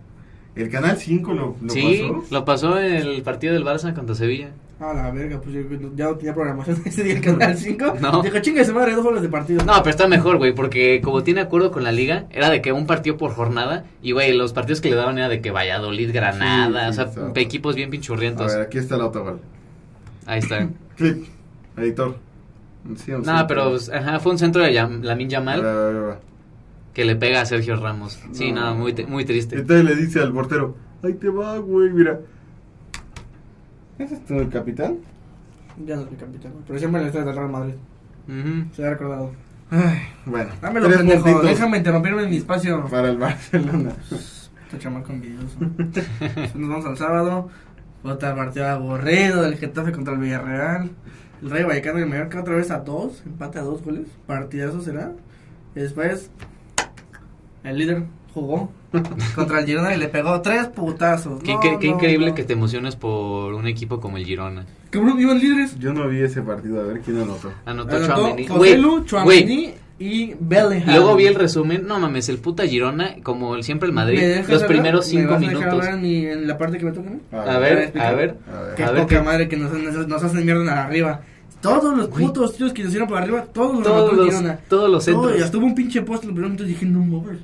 El canal 5 lo, lo sí, pasó. lo pasó en el partido del Barça contra Sevilla. A la verga, pues yo no- ya no tenía programación [laughs] ese día el Canal 5. No. Dijo, chingue su madre, dos horas de partido. No, pero está mejor, güey, porque como tiene acuerdo con la liga, era de que un partido por jornada, y güey, los partidos que le daban era de que Valladolid, Granada, Sí, sí, o sea, está. equipos bien A pinchurrientos. ver, aquí está el autogol. Ahí está. Clip, editor. Sí, un no, sí, pero pues, ajá, fue un centro de Yam- Lamin A ver, Yamal a ver, a ver. que le pega a Sergio Ramos. Sí, No. no, muy, te- muy triste. Entonces le dice al portero, ahí te va, güey, mira. ¿Ese es tu capitán? Ya no soy capitán, güey, pero siempre le estoy del Real Madrid. Ujú. Se ha recordado. Bueno, Dámelo, tres pendejo. puntitos Déjame interrumpirme en mi espacio. para el Barcelona. Este chamaco envidioso. [laughs] Nos vamos al sábado. Otra partido aburrido del Getafe contra el Villarreal. El Rey Vallecano y el Mallorca otra vez a dos. Empate a dos goles. Partidazo será. Y después, el líder jugó contra el Girona y le pegó tres putazos. Qué, No, qué- qué no, increíble no. que te emociones por un equipo como el Girona. Cabrón, iban líderes. Yo no vi ese partido, a ver quién anotó. Anotó Anotó Chouameni. Joselu, Güey, güey, Chouameni y Bellingham. Luego vi el resumen, no mames, el puta Girona, como el- siempre el ¿Me Madrid, dejas los hablar? primeros ¿Me cinco vas a dejar minutos. hablar en, mi- en la parte que me toca a mí? A ver, explica. a ver. A ver. Qué A ver, poca ¿qué? madre que nos, nos- nos hacen mierda arriba. Todos los Güey. putos tiros que nos hicieron por arriba, todos los Todos mató el los, Girona. todos los Todo, y centros. hasta hubo un pinche post en los primeros minutos y dije, no mames.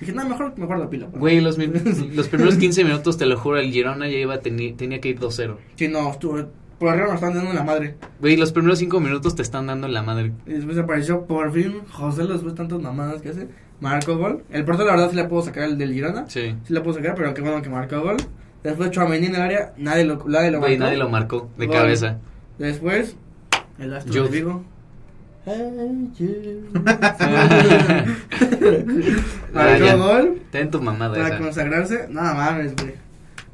Dije, no, mejor, mejor la pila. pues". Güey, los, min- [laughs] los primeros 15 minutos, te lo juro, el Girona ya iba a teni- tenía que ir 2-0. Sí, no, estuvo, por arriba nos están dando la madre. Güey, los primeros 5 minutos te están dando en la madre. Y después apareció por fin José, Luis, después de tantas mamadas que hace, marcó gol. El portero la verdad sí le puedo sacar el del Girona. Sí. Sí le puedo sacar, pero qué bueno que marcó gol. Después Chouameni en el área, nadie lo, nadie lo Güey, marcó. nadie lo marcó de Gol. cabeza. Después, el Astro Yo- [laughs] de Vigo. Hey, you. Ah, ya. Marcó gol Ten tu mamada para esa. consagrarse. Nada mames, güey.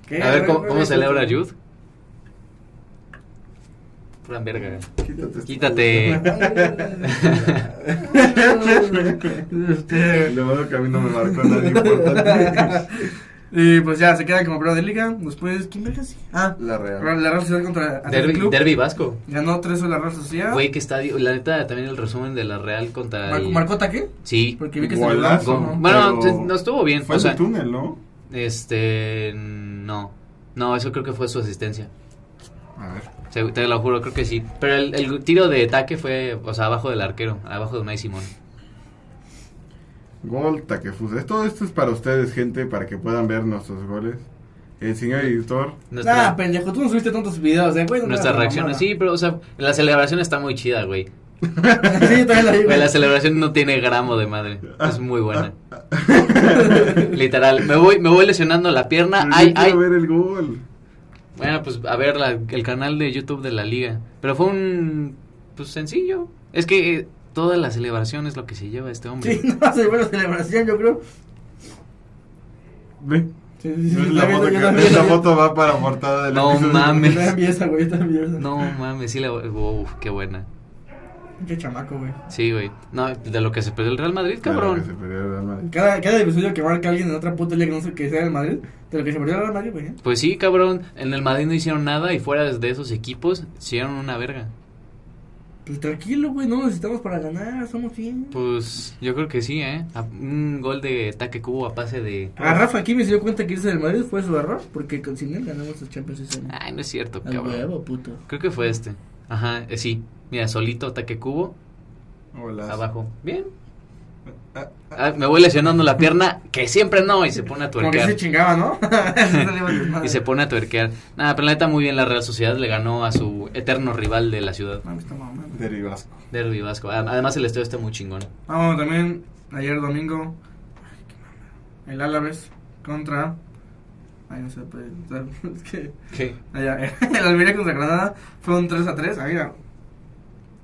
¿Qué? A ver, ¿cómo, cómo güey, celebra güey. Jude? Fran verga. Quítate. esta- [laughs] [laughs] Quítate. [laughs] Este, Lo malo que a mí no me marcó nadie importante. [laughs] Y pues ya, se queda como pro de liga. Después, ¿quién verga sí? Ah, La la Real. Real Sociedad contra Athletic Derby, Club. derby vasco. Ganó 3 a la Real Sociedad. Güey, que estadio. La neta, también el resumen de la Real contra. Mar- el- ¿Marcó ataque? Sí. Porque vi que Golazo. se Go- lo lanzó, ¿no? Bueno, pues, Pero- no estuvo bien. Fue O en sea, el túnel, ¿no? este. No. No, eso creo que fue su asistencia. A ver. Se- Te lo juro, creo que sí. Pero el, el tiro de ataque fue, o sea, abajo del arquero, abajo de Unai Simón. Gol Takefusa. Todo esto es para ustedes, gente, para que puedan ver nuestros goles. El señor [laughs] [laughs] editor. Nuestra, Nah, Ah, pendejo, tú no subiste tantos videos, eh, güey. no me nuestras hagas reacciones, sí, pero, o sea, la celebración está muy chida, güey. mamada. sí, yo también la vi, Güey, güey. La celebración no tiene gramo de madre. Es muy buena. Literal, me voy, me voy lesionando la pierna. Pero yo Ay, ay. quiero ver el gol. Bueno, pues a ver la- el canal de YouTube de la liga. Pero fue un. Pues sencillo. Es que eh, toda la celebración es lo que se lleva este hombre. Sí, no, se fue la celebración, yo creo. Ve. Sí, sí, Es sí, la, está bien, foto yo que- también, esta yo también. foto va para portada del No episodio. mames. Yo también vi esa, güey, yo también vi esa. No mames, sí la. Wow, qué buena. Qué chamaco, güey. Sí, güey. No, de lo que se perdió el Real Madrid, Claro que se cabrón. perdió el Real Madrid. Cada, cada episodio que marca alguien en otra puta liga que no sé que sea del Madrid, de lo que se perdió el Madrid, güey. ¿eh? Pues sí, cabrón. En el Madrid no hicieron nada y fuera de esos equipos hicieron una verga. Pues tranquilo, güey, no necesitamos para ganar, somos bien. Pues yo creo que sí, ¿eh? A- Un gol de ataque cubo a pase de. A Rafa aquí me se dio cuenta que irse del Madrid fue su error, porque con- sin él ganamos el Champions ese año. Ay, no es cierto, Al Ah, cabrón. huevo, puto. Creo que fue este. Ajá, eh, sí. Mira, solito ataque cubo, Hola. abajo. Bien. Ah, me voy lesionando la pierna, que siempre no, y se pone a Como que se tuerquear. chingaba, ¿no? [laughs] Se salió el desmadre. Y se pone a tuerquear. Nada, pero la neta muy bien la Real Sociedad le ganó a su eterno rival de la ciudad, Mami, está mamando. Derivasco. Derby Vasco. Ah, Además el estadio está muy chingón. Vamos Ah, también, ayer domingo, el Álaves contra. Ay, no sé, pues, [laughs] es que. Allá, [laughs] el Almería contra Granada fue un 3 a 3. Ah, mira.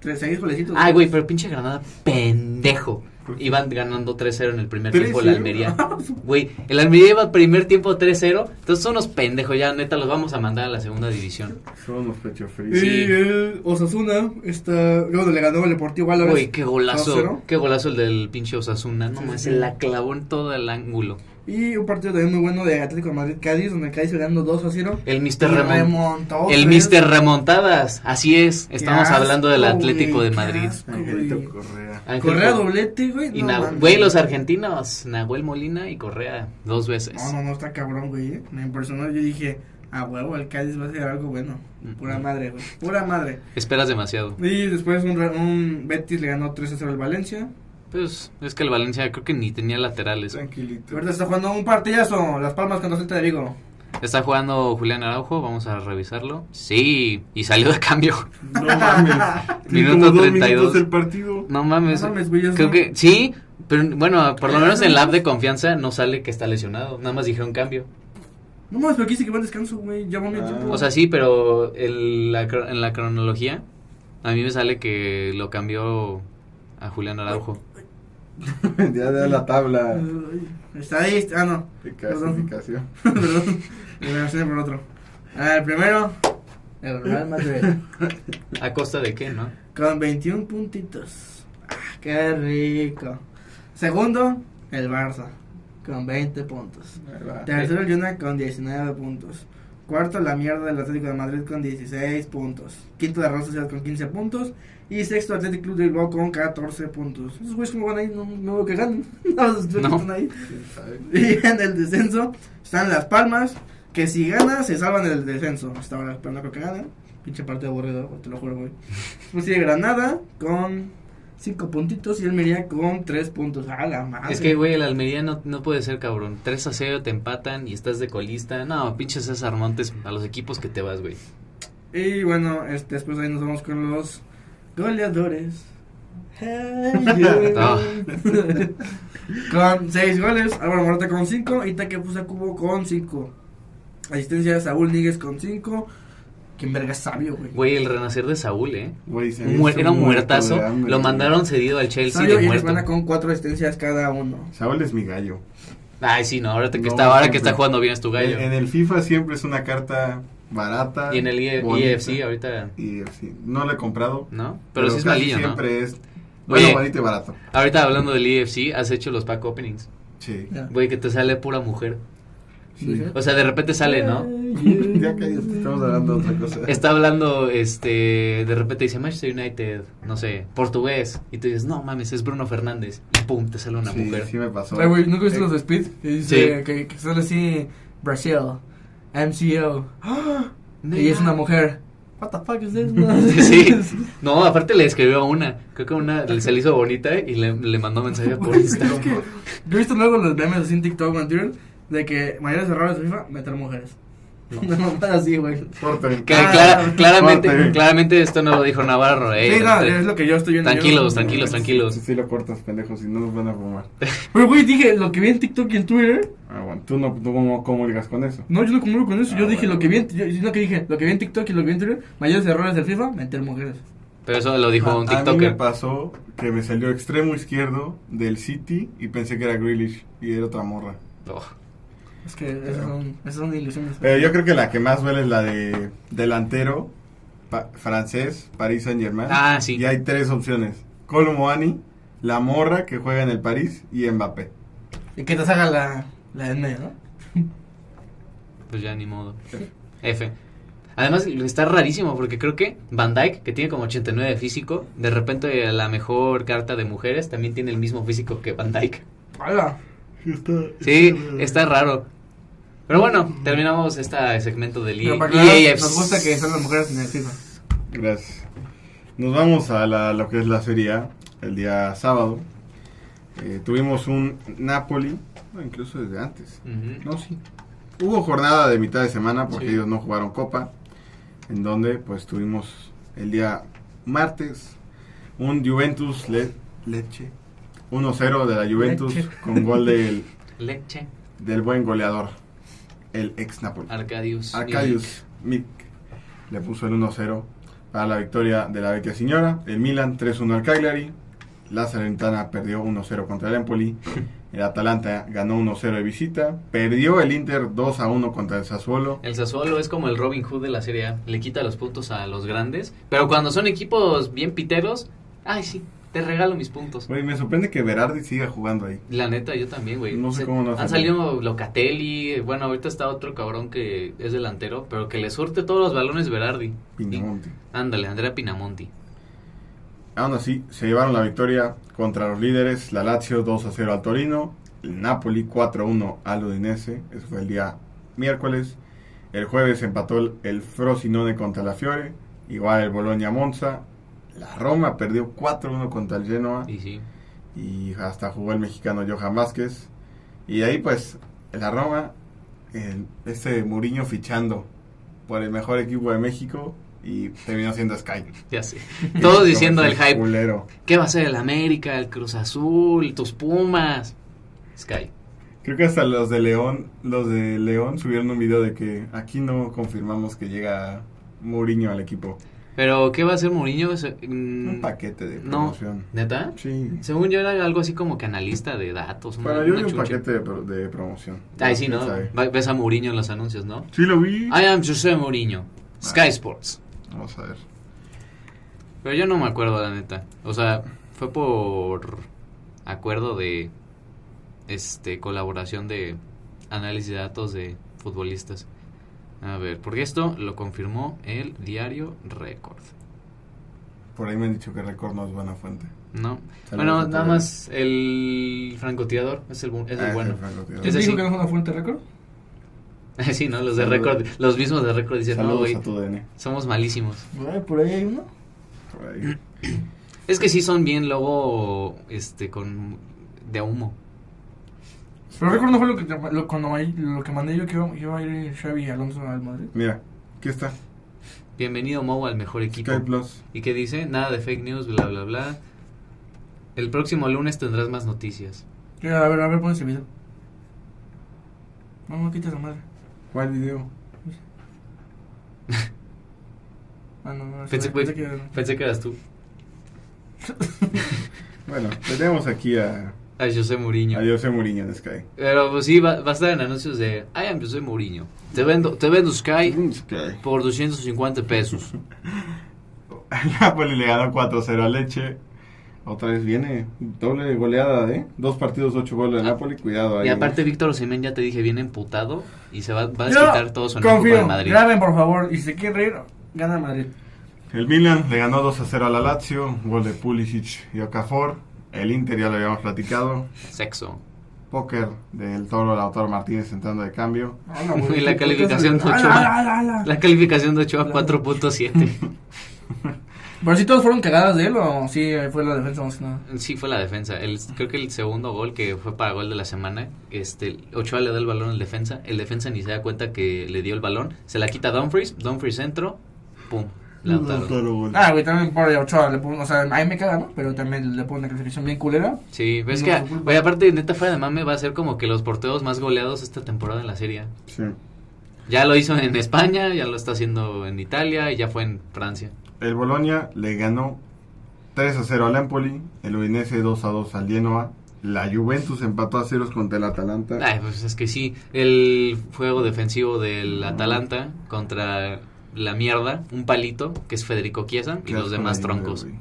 3 6 golecitos. Ay, güey, pero pinche Granada, pendejo. Iban ganando 3-0 en el primer tiempo el 3-0. Almería. [laughs] Güey, el Almería iba primer tiempo 3-0. Entonces son unos pendejos, ya neta, los vamos a mandar a la segunda división. Son unos pecho Y fríos. Sí. el Osasuna, está, luego le ganó el Deportivo Álaves. Güey, qué golazo. 2-0. Qué golazo el del pinche Osasuna. No Sí, mames, sí. se la clavó en todo el ángulo. Y un partido también muy bueno de Atlético de Madrid-Cádiz, donde el Cádiz iba ganando 2 a 0. El Y Mister Remon- remontó. El tres. Mister Remontadas. Así es. Qué Estamos asco, hablando del güey, Atlético de qué Madrid. asco, güey. Angelito Correa. Ángel Correa Cor- doblete, güey. [laughs] Y no Na- mames. güey, los argentinos, Nahuel Molina y Correa, dos veces. No, no, no, está cabrón, güey. eh. Me impresionó. Yo dije, a huevo, el Cádiz va a hacer algo bueno. Pura Ujú. madre, güey. Pura madre. Esperas demasiado. Y después un, re- un Betis le ganó 3 a 0 al Valencia. Pues es que el Valencia creo que ni tenía laterales. Tranquilito. Ahorita está jugando un partidazo. Las Palmas contra Celta de Vigo. Está jugando Julián Araujo, vamos a revisarlo. Sí, y salió de cambio. [laughs] [laughs] No mames. Tiene Minuto como dos 32. minutos el partido. No mames. No mames, güey, es creo un- que sí, pero bueno, por lo menos en la app de confianza no sale que está lesionado. Nada más dijeron cambio. No mames, pero aquí dice que va en descanso, güey. Ya va medio Ah. tiempo. O sea, sí, pero el- la cro- en la cronología a mí me sale que lo cambió a Julián Araujo. [laughs] ya da la tabla Ay, Está ahí. está- Ah, no. [laughs] de Perdón. clasificación. Perdón. Me relacioné por otro. Ah, el primero. El Real Madrid. ¿A costa de qué, no? Con 21 puntitos. Ah, qué rico. Segundo, el Barça. Con 20 puntos. Ahí va. Tercero, el Juna con 19 puntos. Cuarto, la mierda del Atlético de Madrid con 16 puntos. Quinto, la Real Sociedad con 15 puntos. Y sexto, Atlético Club de Bilbao con 14 puntos. Esos güeyes como van ahí, no, no veo que ganen. [laughs] No, esos güeyes No. están ahí. ¿Quién sabe? Y en el descenso están Las Palmas, que si gana se salvan del descenso. Hasta ahora, pero no creo que ganen. Pinche parte aburrido, te lo juro, güey. Después sigue Granada con 5 puntitos y el Almería con 3 puntos. A la madre. Es que, güey, el Almería no, no puede ser, cabrón. 3 a 0 te empatan y estás de colista. No, pinches César Montes a los equipos que te vas, güey. Y bueno, este, después ahí nos vamos con los goleadores. Hey, yeah. [laughs] Ah. [laughs] con 6 goles, Álvaro Morata con 5 y Taque Cubo con 5. Asistencia de Saúl Níguez con 5. Quien verga es sabio, güey. Güey, el renacer de Saúl, ¿eh? Güey, se Un me muer- hizo era un muerto de muertazo. hambre, Lo güey. mandaron cedido al Chelsea Sabio de y muerto. Tijuana con 4 asistencias cada uno. Saúl es mi gallo. Ay, sí, no, ahora te- que, No, está, ahora que siempre. está jugando bien es tu gallo. En, en el FIFA siempre es una carta barata. y en el E IE- bonita. IFC ahorita, IFC. No lo he comprado. ¿no? Pero, sí es casi malillo, ¿no? Siempre es Oye. bueno, bonito y barato. Ahorita hablando del IFC, has hecho los pack openings. Sí. Ya. Güey, que te sale pura mujer. sí. O sea, de repente sale, ¿no? [laughs] ya cállate, estamos hablando de otra cosa. Está hablando, este, de repente dice Manchester United, no sé, portugués. Y tú dices, no mames, es Bruno Fernández. Y pum, te sale una sí, mujer. sí me pasó. Ay, güey, ¿nunca viste los de Speed? Que dice Sí. que, que sale así Brasil, MCO. No, Y es ma- una mujer. What the fuck is this? [laughs] [laughs] Sí. No, aparte le escribió a una. Creo que una le- se le hizo bonita y le, le mandó mensaje [laughs] por Instagram. Yo he visto luego los memes así en TikTok o en Twitter de que mayores errores de FIFA meter mujeres. [laughs] Una mamada así, güey. Corten. Que Ah, clara- claramente, corte. claramente esto no lo dijo Navarro. eh, Sí, no, te- es lo que yo estoy viendo. Tranquilos, yo. tranquilos, tranquilos. Sí, sí lo cortas, pendejo, si no nos van a fumar. Pero, güey, dije lo que vi en TikTok y en Twitter. Ah, bueno, tú no, tú cómo, cómo ligas con eso. No, yo no comulgo con eso. Ah, yo dije bueno. lo que vi en, yo, yo lo que dije, lo que vi en TikTok y lo que vi en Twitter, mayores errores del FIFA, meter mujeres. Pero eso lo dijo A- un A mí me TikToker. pasó que me salió extremo izquierdo del City y pensé que era Grealish y era otra morra. Oh, Es que esas son, esas son ilusiones. Pero yo creo que la que más duele es la de delantero pa- francés, París Saint Germain. Ah, sí. Y hay tres opciones: Colomboani, la morra que juega en el París y Mbappé. Y que te salga la, la de en medio, ¿no? pues ya ni modo. F. Además, está rarísimo porque creo que Van Dyke, que tiene como 89 de físico, de repente la mejor carta de mujeres también tiene el mismo físico que Van Dyke. ¡Hala! Sí, está raro. Pero bueno, terminamos este segmento del E Pero EA. para aclarar, EAFC. nos gusta que sean las mujeres en el FIFA. Gracias. Nos vamos a la- lo que es la Serie A el día sábado. Eh, tuvimos un Napoli, no, incluso desde antes. Ujú. No, sí. Hubo jornada de mitad de semana porque Sí. ellos no jugaron Copa, en donde pues tuvimos el día martes un Juventus Le- Leche 1-0 de la Juventus Leche. con gol del, Leche. del buen goleador, el ex Napoli. Arcadius. Arcadius Milik le puso el 1-0 para la victoria de la vecchia señora. El Milan 3-1 al Cagliari. La Salernitana perdió 1-0 contra el Empoli. El Atalanta ganó 1-0 de visita. Perdió el Inter 2-1 contra el Sassuolo. El Sassuolo es como el Robin Hood de la Serie A. Le quita los puntos a los grandes. Pero cuando son equipos bien piteros, ay, sí, te regalo mis puntos. Oye, me sorprende que Berardi siga jugando ahí. La neta, yo también, güey. No sé Se- cómo no Han salió. salido Locatelli. Bueno, ahorita está otro cabrón que es delantero, pero que le surte todos los balones Berardi. Pinamonti. Y- ándale, Andrea Pinamonti. Aún así, se llevaron la victoria contra los líderes, la Lazio 2 a 0 al Torino, el Napoli 4 a 1 al Udinese, eso fue el día miércoles. El jueves empató el, el Frosinone contra la Fiore, igual el Bologna Monza. La Roma perdió 4 a 1 contra el Genoa Y sí. y hasta jugó el mexicano Johan Vázquez. Y de ahí pues la Roma, el- este Mourinho fichando por el mejor equipo de México y terminó siendo Sky. Ya [laughs] sé. Todos diciendo del el hype. Culero. ¿Qué va a ser el América, el Cruz Azul, tus Pumas? Sky. Creo que hasta los de León, los de León subieron un video de que aquí no confirmamos que llega Mourinho al equipo. Pero ¿qué va a ser Mourinho? Se- mm, Un paquete de No. promoción. ¿Neta? Sí. Según yo era algo así como canalista de datos. una- Bueno, yo una vi un chucha. paquete de, pro- de promoción. Ay, sí, ¿Quién ¿no? sabe? Va- Ves a Mourinho en los anuncios, ¿no? Sí lo vi. I am José Mourinho. Ah. Sky Sports. Vamos a ver. Pero yo no me acuerdo, la neta. O sea, fue por acuerdo de este colaboración de análisis de datos de futbolistas. A ver, porque esto lo confirmó el diario Record. Por ahí me han dicho que Record no es buena fuente. ¿No? Saludos a Bueno, nada todos. más el francotirador es el, bu- es el Ah, es bueno. el francotirador. Es ¿Quién decir- dijo que no es una fuente récord? [laughs] sí, ¿no? Los de Saludos. Record, los mismos de Record dicen, no, Saludos güey, a tu DN. somos malísimos. Eh, Por ahí hay uno. Por [clears throat] ahí. Es que sí son bien lobo, este, con, de humo. Pero récord no fue lo que, te- lo, cuando ahí- lo que mandé yo que iba, iba a ir Xavi Alonso al Madrid. Mira, aquí está. Bienvenido, Mo, al mejor equipo. Sky Plus. ¿Y qué dice? Nada de fake news, bla, bla, bla. El próximo lunes tendrás más noticias. Yo, a ver, a ver, pon ese video. No, no quites la madre. ¿Cuál video? [laughs] Ah, no, no, Pensé, sí, pensé que... que- pensé que eras tú. Bueno, tenemos aquí a, A José Mourinho. a José Mourinho en Sky. Pero pues sí, va, va a estar en anuncios de I am José Mourinho. Te vendo, te vendo Sky Sky. por 250 pesos. [laughs] Napoli le ganó 4-0 a Leche. Otra vez viene doble goleada, ¿eh? Dos partidos, ocho goles de Napoli. Cuidado ahí. Ah. ¿eh? Y aparte Víctor Osimhen ya te dije viene emputado y se va, va a Yo desquitar todo su enojo con el confío, Madrid. graben por favor, y si se quieren reír, gana Madrid. El Milan le ganó 2-0 a la Lazio. Gol de Pulisic y Okafor. El Inter ya lo habíamos platicado. Sexo. Póker del Toro Lautaro Martínez entrando de cambio. Ala, [laughs] Y la Ah, ¿qué calificación podcast? no Ala, chula. ala, ala. La calificación de Ochoa [laughs] 4.7. Pero si todos fueron cagadas de él o sí fue la defensa más que nada. Sí fue la defensa. El, creo que el segundo gol que fue para gol de la semana, este Ochoa le da el balón al defensa, el defensa ni se da cuenta que le dio el balón, se la quita Dumfries, Dumfries centro, pum, Lautaro. gol. Ah, güey, también por Ochoa le pongo, o sea, ahí me caga, ¿no? Pero también le pongo una calificación bien [laughs] culera. Sí, ves No, que, su culpa. oye, aparte, neta, fuera de mame, va a ser como que los porteos más goleados esta temporada en la serie. Sí. Ya lo hizo en España, ya lo está haciendo en Italia y ya fue en Francia. El Bolonia le ganó 3 a 0 al Empoli, el Udinese 2 a 2 al Genoa, la Juventus empató a ceros contra el Atalanta. Ay, pues es que sí, el juego defensivo del Atalanta contra la mierda, un palito, que es Federico Chiesa, y Qué los asco demás la Juve, troncos. güey.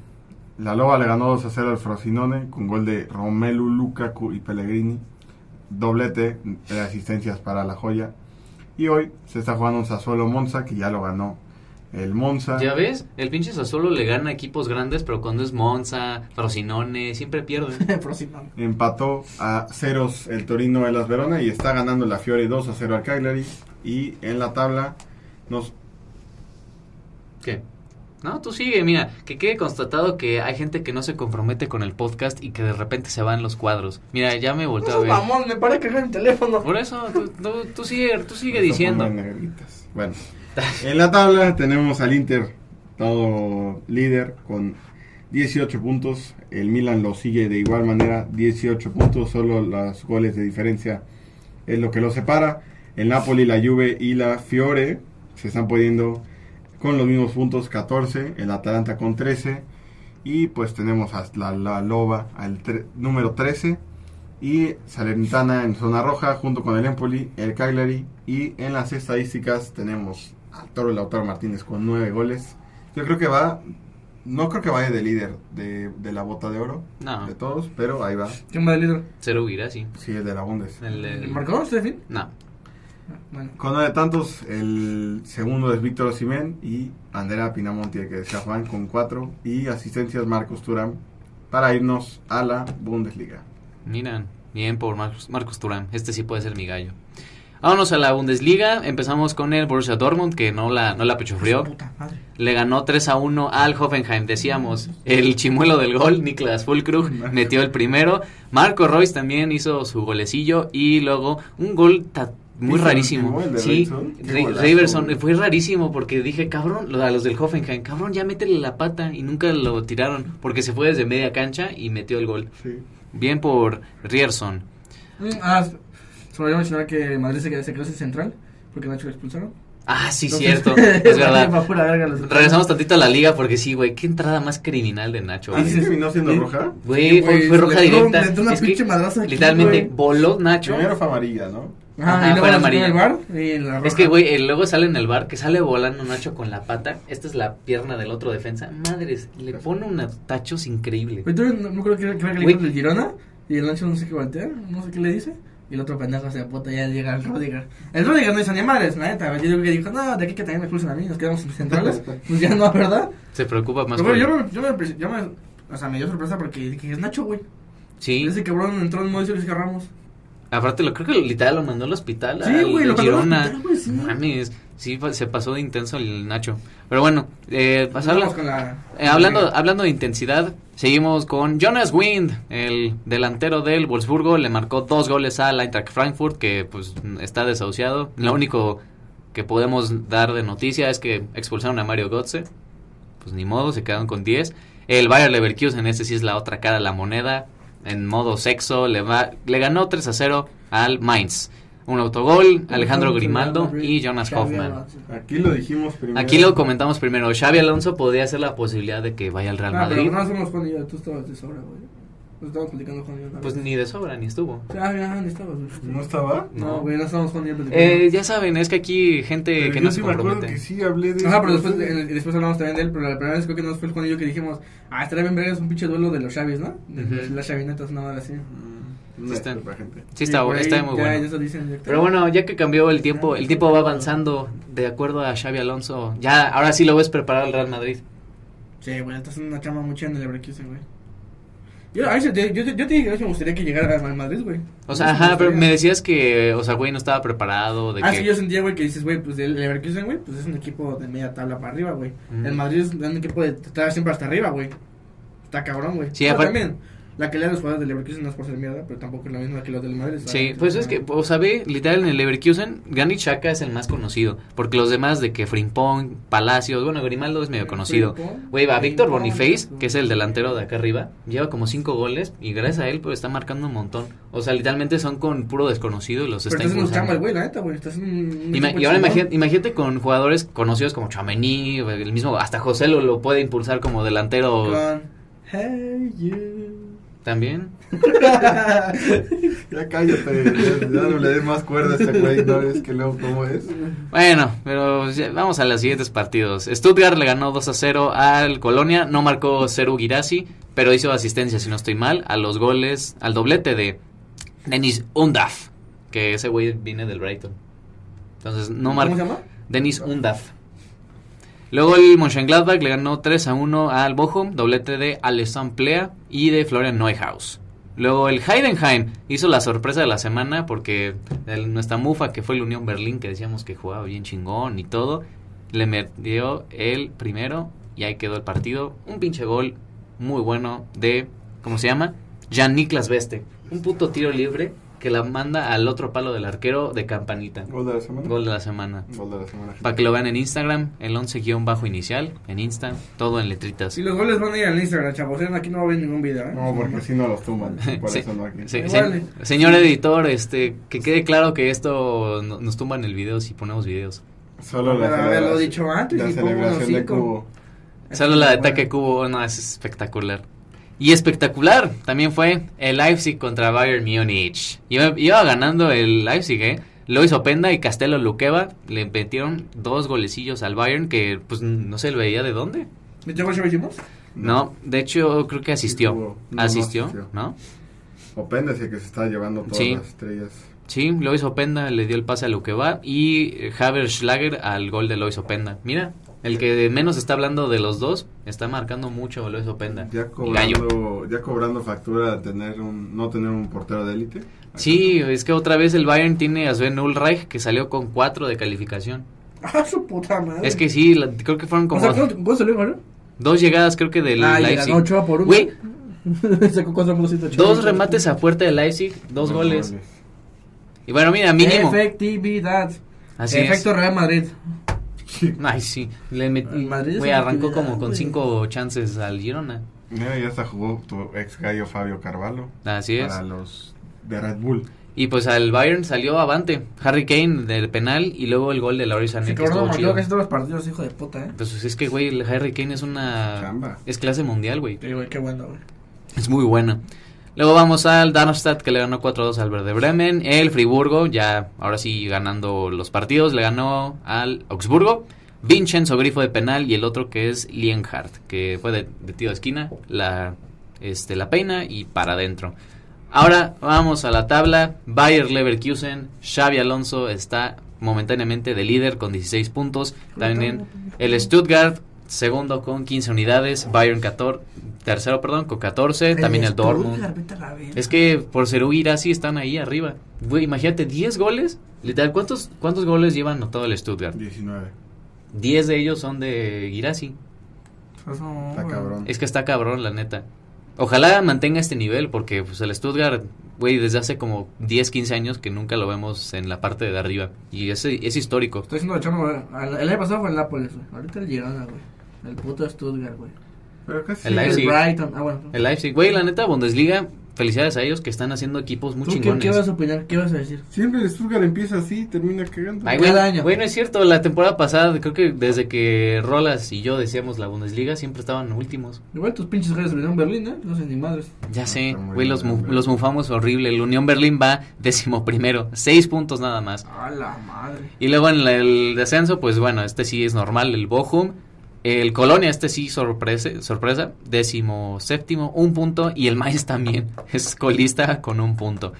La Loba le ganó 2 a 0 al Frosinone con gol de Romelu Lukaku y Pellegrini, doblete de asistencias para la joya. Y hoy se está jugando un Sassuolo Monza que ya lo ganó el Monza. Ya ves, el pinche Sassuolo le gana a equipos grandes, pero cuando es Monza, Frosinone, siempre [laughs] pierde. Próxima. Empató a ceros el Torino de las Verona y está ganando la Fiore 2 a 0 al Cagliari. Y en la tabla nos ¿Qué? No, tú sigue, mira, que quede constatado que hay gente que no se compromete con el podcast y que de repente se van los cuadros. Mira, ya me volteó a ver. Vamos, me para que cagar mi teléfono. Por eso, tú, tú- tú sigue, tú sigue Eso diciendo. ponme negritas. [laughs] Bueno, en la tabla tenemos al Inter, todo líder con 18 puntos. El Milan lo sigue de igual manera, 18 puntos, solo los goles de diferencia es lo que lo separa. El Napoli, la Juve y la Fiore se están poniendo con los mismos puntos, 14. El Atalanta con 13. Y pues tenemos a la, la Loba al tre- número 13. Y Salernitana en zona roja junto con el Empoli, el Cagliari. Y en las estadísticas tenemos al Toro Lautaro Martínez con 9 goles. Yo creo que va, no creo que vaya de líder de, de la bota de oro No, de todos, pero ahí va. ¿Quién va de líder? cero huirá, sí. Sí, es de la Bundes. El- el- ¿Marcó este fin? no. Bueno, Con nueve tantos, el segundo es Víctor Osimén y Andrea Pinamonti, que decía Juan, con cuatro. Y asistencias Marcos Turam para irnos a la Bundesliga. Miran, bien por Marcos, Marcos Turán. Este sí puede ser mi gallo. Vámonos a la Bundesliga. Empezamos con el Borussia Dortmund, que no la, no la pechofrió. puta madre. Le ganó 3 a 1 al Hoffenheim, decíamos. El chimuelo del gol, Niklas Fulkrug, metió el primero. Marco Royce también hizo su golecillo. Y luego un gol ta- muy ¿Viste el rarísimo. último, el de Sí, Robertson? Qué Ri- golazo, Riverson. güey. Fue rarísimo porque dije, cabrón, lo- a los del Hoffenheim, cabrón, ya métele la pata. Y nunca lo tiraron porque se fue desde media cancha y metió el gol. Sí. Bien por Rierson. Mm, Ah, se me olvidó mencionar que Madrid se quedó, se quedó sin central porque Nacho lo expulsaron. Ah, sí, Entonces, [laughs] cierto. [laughs] Es va verdad. pura verga los- Regresamos tantito a la liga porque sí, güey. Qué entrada más criminal de Nacho. ¿Así güey. terminó siendo Sí. roja? Güey, Sí, fue, güey, fue se roja le dio un- directa. le dio una Es que pinche madraza aquí, literalmente güey. voló Nacho. Primero fue amarilla, ¿no? Ajá, Ajá, y fue luego la amarilla. amarilla del bar y la roja. Es que, güey, eh, luego sale en el bar que sale volando Nacho con la pata. Esta es la pierna del otro defensa. Madres, le pone unos tachos increíbles. Güey, tú no me acuerdo que era que era el Güey. equipo del Girona y el Nacho no sé qué voltea, no sé qué le dice. Y el otro pendejo se apuesta ya llega el Rodiger. El Rodiger no hizo ni madres, la neta. Yo digo que dijo, no, de aquí que también me expulsan a mí, nos quedamos [laughs] sin centrales. pues ya no, ¿verdad? Se preocupa más Pero bueno, por- yo, me- yo, me, pre- yo me- o sea, me dio sorpresa porque dije, es Nacho, güey. Sí, Ese cabrón entró en modo y agarramos. aparte lo creo que literal lo mandó al hospital. Sí, al güey, lo mandó al Girona. hospital, güey, sí. Mames, sí, fa- se pasó de intenso el Nacho. Pero bueno, eh, pasarlo. Vamos con la... Eh, hablando, hablando de intensidad, seguimos con Jonas Wind, el delantero del Wolfsburgo, le marcó dos goles al Eintracht Frankfurt, que pues está desahuciado. Lo único que podemos dar de noticia es que expulsaron a Mario Götze, pues ni modo, se quedaron con 10. El Bayer Leverkusen, este sí es la otra cara de la moneda, en modo sexo, le, va, le ganó 3 a 0 al Mainz. Un autogol, Alejandro Grimaldo y Jonas Hoffman. Ah, Aquí lo dijimos primero. Aquí lo comentamos primero. Xavi Alonso podría ser la posibilidad de que vaya al Real No, Ah, pero Madrid. no somos Juan y yo, tú estabas de sobra, güey. Nos estábamos platicando Juan y yo. ¿no? Pues ni de sobra, ni estuvo. Ah, ya, ¿dónde estabas? güey? ¿No estaba? No, güey, no estábamos Juan y yo platicando. Eh, ya saben, es que aquí gente Pero que yo no se sí me acuerdo compromete. que sí hablé de Ajá, eso, pero después, no sé. en el- y después hablamos también de él, pero la primera vez creo que nos fue el Juan y yo que dijimos, ah, estaría bien ver es un pinche duelo de los Xavis, ¿no? De Ujú. las- las Xavinetas, una madre así. Mm, Sí no, está. para gente. Sí, está, Y por ahí está muy ya, bueno. Ya se dicen directo. Pero bueno, ya que cambió el tiempo, el tiempo va avanzando de acuerdo a Xavi Alonso. Ya, ahora sí lo ves preparado al Real Madrid. Sí, güey, estás haciendo una chama mucha en el Leverkusen, güey. Yo, a veces, te- yo, te- yo te dije que a veces me gustaría que llegara al Madrid, güey. O sea, ajá, pero me decías que, o sea, güey, no estaba preparado. De Ah, que, sí, yo sentía, güey, que dices, güey, pues el Leverkusen, güey, pues es un equipo de media tabla para arriba, güey. Ujú. El Madrid es un equipo de estar siempre hasta arriba, güey. Está cabrón, güey. Sí, Pero aparte- también, la calidad de los jugadores del Leverkusen no es por ser mierda, pero tampoco es la misma que los del Madrid. ¿sabes? Sí, pues es que, o sea, ve, literal en el Leverkusen, Granit Xhaka es el más conocido. Porque los demás de que Frimpong, Palacios, bueno, Grimaldo es medio conocido. Frimpong, Güey, va Víctor Frimpong, Boniface, Frimpong. que es el delantero de acá arriba, lleva como cinco goles y gracias a él pues está marcando un montón. O sea, literalmente son con puro desconocido y los Pero está estás en un chamba, impulsando. güey, la neta, güey. Estás en un. Ima- y ahora imagínate, imagínate con jugadores conocidos como Chamení, el mismo, hasta José lo, lo puede impulsar como delantero Con. Hey, you. también. Ya cállate, ya, ya no le des más cuerda a este güey, no es que luego cómo es. Bueno, pero ya- vamos a los siguientes partidos. Stuttgart le ganó 2 a 0 al Colonia, no marcó Seru Girassi, pero hizo asistencia, si no estoy mal, a los goles, al doblete de Denis Undaf, que ese güey viene del Brighton. Entonces, no ¿Cómo se marcó. llama? Denis Undaf. Luego el Mönchengladbach le ganó 3 a 1 al Bochum, doblete de Alessandro Plea y de Florian Neuhaus. Luego el Heidenheim hizo la sorpresa de la semana porque el- nuestra mufa que fue el Unión Berlín, que decíamos que jugaba bien chingón y todo, le metió el primero y ahí quedó el partido. Un pinche gol muy bueno de, ¿cómo se llama? Jan Niklas Veste. Un puto tiro libre que la manda al otro palo del arquero de campanita. Gol de la semana. Gol de la semana. Gol de la semana. gente. Para que lo vean en Instagram, el 11-inicial, en Insta, todo en letritas. Si los goles van a ir al Instagram, chavos. ¿eh? Aquí no va a haber ningún video, ¿eh? No, porque si no los [laughs] tumban, por Sí, eso no aquí. sí, Igual. se- señor editor, este, que quede claro que esto no- nos tumban el video si ponemos videos. Solo la Pero haberlo celebración- dicho antes la y pongo unos celebración de cinco. Cubo. Solo la de Bueno. ataque cubo, no, es espectacular. Y espectacular también fue el Leipzig contra Bayern Múnich. Iba, iba ganando el Leipzig, ¿eh? Lo hizo Penda y Castelo Luqueva le metieron dos golecillos al Bayern que pues no se le veía de dónde. ¿Me tengo que hicimos? No, de hecho creo que Sí, asistió. jugó. No, no asistió, asistió. ¿no? Opéndese que se está llevando todas Sí. las estrellas. Sí, Lois Openda le dio el pase a lo que va y eh, Haber Schlager al gol de Lois Openda. Mira, el que de menos está hablando de los dos está marcando mucho a Lois Openda. Ya Gallo. cobrando, ya cobrando factura tener un, no tener un portero de élite. Sí, es que otra vez el Bayern tiene a Sven Ulreich que salió con 4 de calificación. Ah, su puta madre. Es que sí, la- creo que fueron O como sea, ¿cuánto- ¿cuánto salió, Mario? dos llegadas creo que del Ah, y Leipzig. ganó Ochoa por uno. Güey, [laughs] Sacó cuatro goles, ocho dos goles. remates a puerta de Leipzig, dos goles. Y bueno, mira, mínimo. Efectividad. Así Efecto es. Real Madrid. Ay, sí. Le met- El Madrid es güey, una arrancó actividad, como con güey. cinco chances al Girona. Mira, ya hasta jugó tu ex gallo Fabio Carvalho Así es. para los de Red Bull. Y pues al Bayern salió avante. Harry Kane del penal y luego el gol de Laurie Sané. Se que cobró estuvo chido. marcó casi todos los partidos, hijo de puta, eh. Pues es que, güey, el Harry Kane es una... Chamba. Es clase mundial, güey. Sí, güey, qué bueno, güey. Es muy buena. Luego vamos al Darmstadt que le ganó 4-2 al Verde Bremen. El Friburgo, ya ahora sí ganando los partidos, le ganó al Augsburgo. Vincenzo Grifo de penal y el otro que es Lienhardt, que fue de, de tiro de esquina, la, este, la peina y para adentro. Ahora vamos a la tabla. Bayer Leverkusen, Xavi Alonso está momentáneamente de líder con 16 puntos. También el Stuttgart, segundo con 15 unidades. Bayern 14, tercero, perdón, con 14. Eh, También el Stuttgart, Dortmund. vete a la verga. Es que por Serú y Irasi están ahí arriba. Güey, imagínate, 10 goles. Literal, ¿cuántos, ¿cuántos goles llevan todo el Stuttgart? 19. 10 de ellos son de Irasi. Pues no, Está güey. cabrón. Ah. Es que está cabrón, la neta. Ojalá mantenga este nivel, porque pues, el Stuttgart, güey, desde hace como 10, 15 años que nunca lo vemos en la parte de arriba. Y es, es histórico. Estoy diciendo de chamo, güey. Al- El año pasado fue el Nápoles, güey. Ahorita el Girona, güey. El puto Stuttgart, güey. Pero casi. El Leipzig. El Brighton. Ah, bueno. El Leipzig, güey, la neta, Bundesliga, felicidades a ellos que están haciendo equipos muy ¿Tú qué, qué vas chingones. a opinar? ¿Qué vas a decir? Siempre el Stuttgart empieza así y termina cagando. Ay, güey, Cada año. güey, no es cierto, la temporada pasada, creo que desde que Rolas y yo decíamos la Bundesliga, siempre estaban últimos. Igual tus pinches goles se metieron en Berlín, ¿eh? No sé ni madres. Ya Ah, sé, está muy güey, los, bien, mu- güey. los mufamos horrible. El Unión Berlín va décimo primero, seis puntos nada más. A la madre. Y luego en la- el descenso, pues bueno, este sí es normal, el Bochum. El Colonia, este sí, sorpresa, sorpresa, décimo séptimo, un punto. Y el Mainz también [laughs] es colista con un punto.